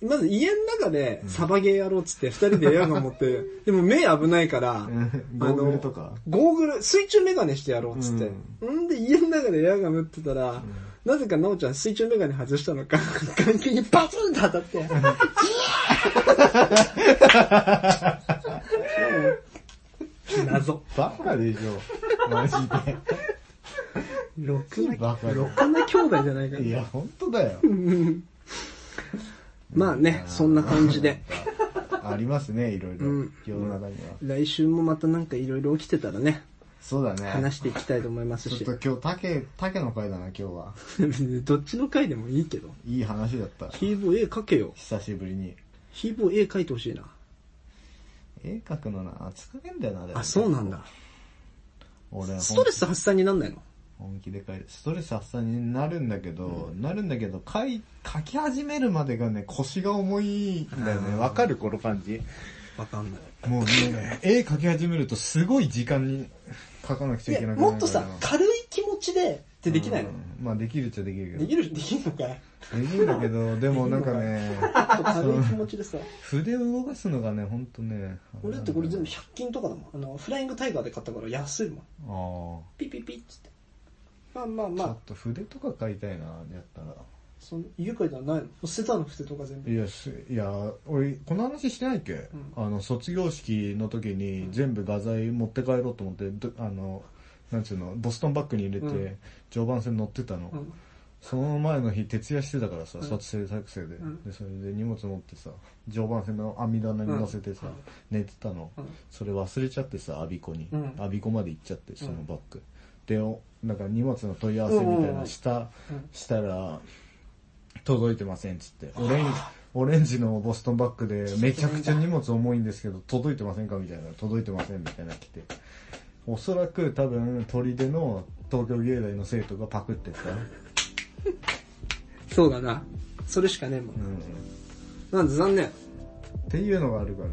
A: まず家の中でサバゲーやろうっつって二人でエアガン持って、でも目危ないから、
G: ゴーグルとか。
A: ゴーグル、水中メガネしてやろうっつって。んで家の中でエアガン打ってたら、なぜかなおちゃん水中メガネ外したのか、眼球にバツンと当たって、謎。
G: バカでしょ。マジで。
A: ろくな、
G: バカで。
A: ろくな兄弟じゃないから。
B: いや、本当だよ。
A: まあね、そんな感じで。
B: ありますね、いろいろ
A: うん。
B: 世の中には。
A: 来週もまたなんかいろいろ起きてたらね、
B: そうだね。
A: 話していきたいと思います
B: ち
A: し
B: ょ。っと今日、竹、竹の回だな、今日は。
A: 別に どっちの回でもいいけど。
B: いい話だった。
A: ヒーボー絵描けよ。
B: 久しぶりに。
A: ヒーボー絵描いてほしいな。
B: 絵描くのな、疲れんだよな、でも
A: あ、そうなんだ。。
B: 俺は
A: ストレス発散になんないの
B: 本気で書いて、ストレス発散になるんだけど、なるんだけど、書い、書き始めるまでがね、腰が重いんだよね。わかるこの感じ。
A: わかんない。
B: もうね、絵描き始めるとすごい時間に書かなくちゃいけなくなるから。
A: もっとさ、軽い気持ちでってできないの
B: うんまあできるっちゃできるけど。
A: できる、できるのかい
B: できるんだ けど、でもなんかね、
A: 軽い気持ちでさ。
B: 筆を動かすのがね、ほんとね。
A: 俺だってこれ全部100均とかだもん。あの、フライングタイガーで買ったから安いもん。
B: あ
A: ピピピっつって。まあまあ
B: あ。
A: ま
B: ち
A: あ
B: ょっ、と筆とか書いたいな、やったら。
A: その、愉快ではないの。もう捨てたの、捨てとか全部。
B: いや、すいや、俺、この話してないっけ、あの、卒業式の時に全部画材持って帰ろうと思って、どあの、なんつうの、ボストンバッグに入れて、
A: うん
B: 常磐線乗ってたの。
A: うん
B: その前の日、徹夜してたからさ、
A: ん
B: 撮影作成で,、
A: ん
B: で。それで荷物持ってさ、常磐線の網棚に乗せてさ、
A: うん
B: 寝てたの、
A: うん
B: それ忘れちゃってさ、アビコに。
A: うん
B: アビコまで行っちゃって、そのバッグ。で、おなんか荷物の問い合わせみたいなした、
A: うん
B: したら、届いてませんっつって。オレンジ、オレンジのボストンバッ グでめちゃくちゃ荷物重いんですけど、届いてませんかみたいな。届いてませんみたいな来て。おそらく多分、鳥出の東京芸大の生徒がパクってった。
A: そうだな。それしかねえもん
B: う。ん。っ
A: なんで残念。
B: ていうのがあるから。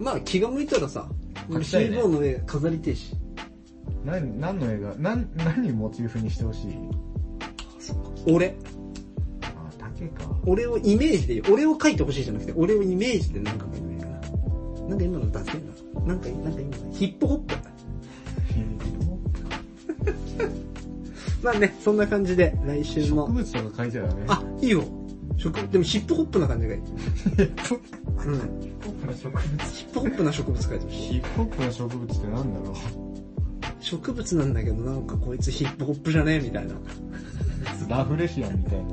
A: まあ気が向いたらさ、
B: 描き
A: ヒ
B: たいね
A: ーボーの絵飾りてえし。
B: 何、何の映画、何、何モチーフにしてほしい
A: 俺。
B: あー、竹か。
A: 俺をイメージでいい、俺を描いてほしいじゃなくて、俺をイメージでなんか描いてもいいかな。なんか今のダセえな。なんか、なんか今のヒップホップ。まあね、そんな感じで、来週
B: 植
A: も。
B: 物とか書いちゃうよね。
A: あ、いいよ。植物、でもヒップホップな感じがいい。うん。ヒップホップな植物描いてほしい。
B: ヒップホップの植物ってなんだろう
A: 植物なんだけどなんかこいつヒップホップじゃねえみたいな。
B: ラフレシアンみたいな。あん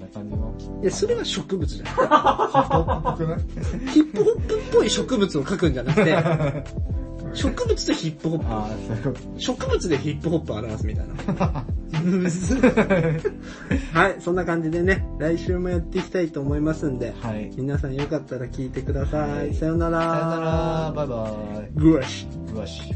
B: な感じの。
A: いや、それは植物じゃない。
B: 僕ね。
A: ヒップホップっぽい植物を描くんじゃなく て、植物とヒップホッ
B: ああ、そういうこと。
A: プ、植物でヒップホップを表すみたいな。 はい、そんな感じでね、来週もやっていきたいと思いますんで、
B: はい。
A: 皆さんよかったら聞いてください。さよ
B: さよなら、バイバ
A: グワシ。
B: イ。よし。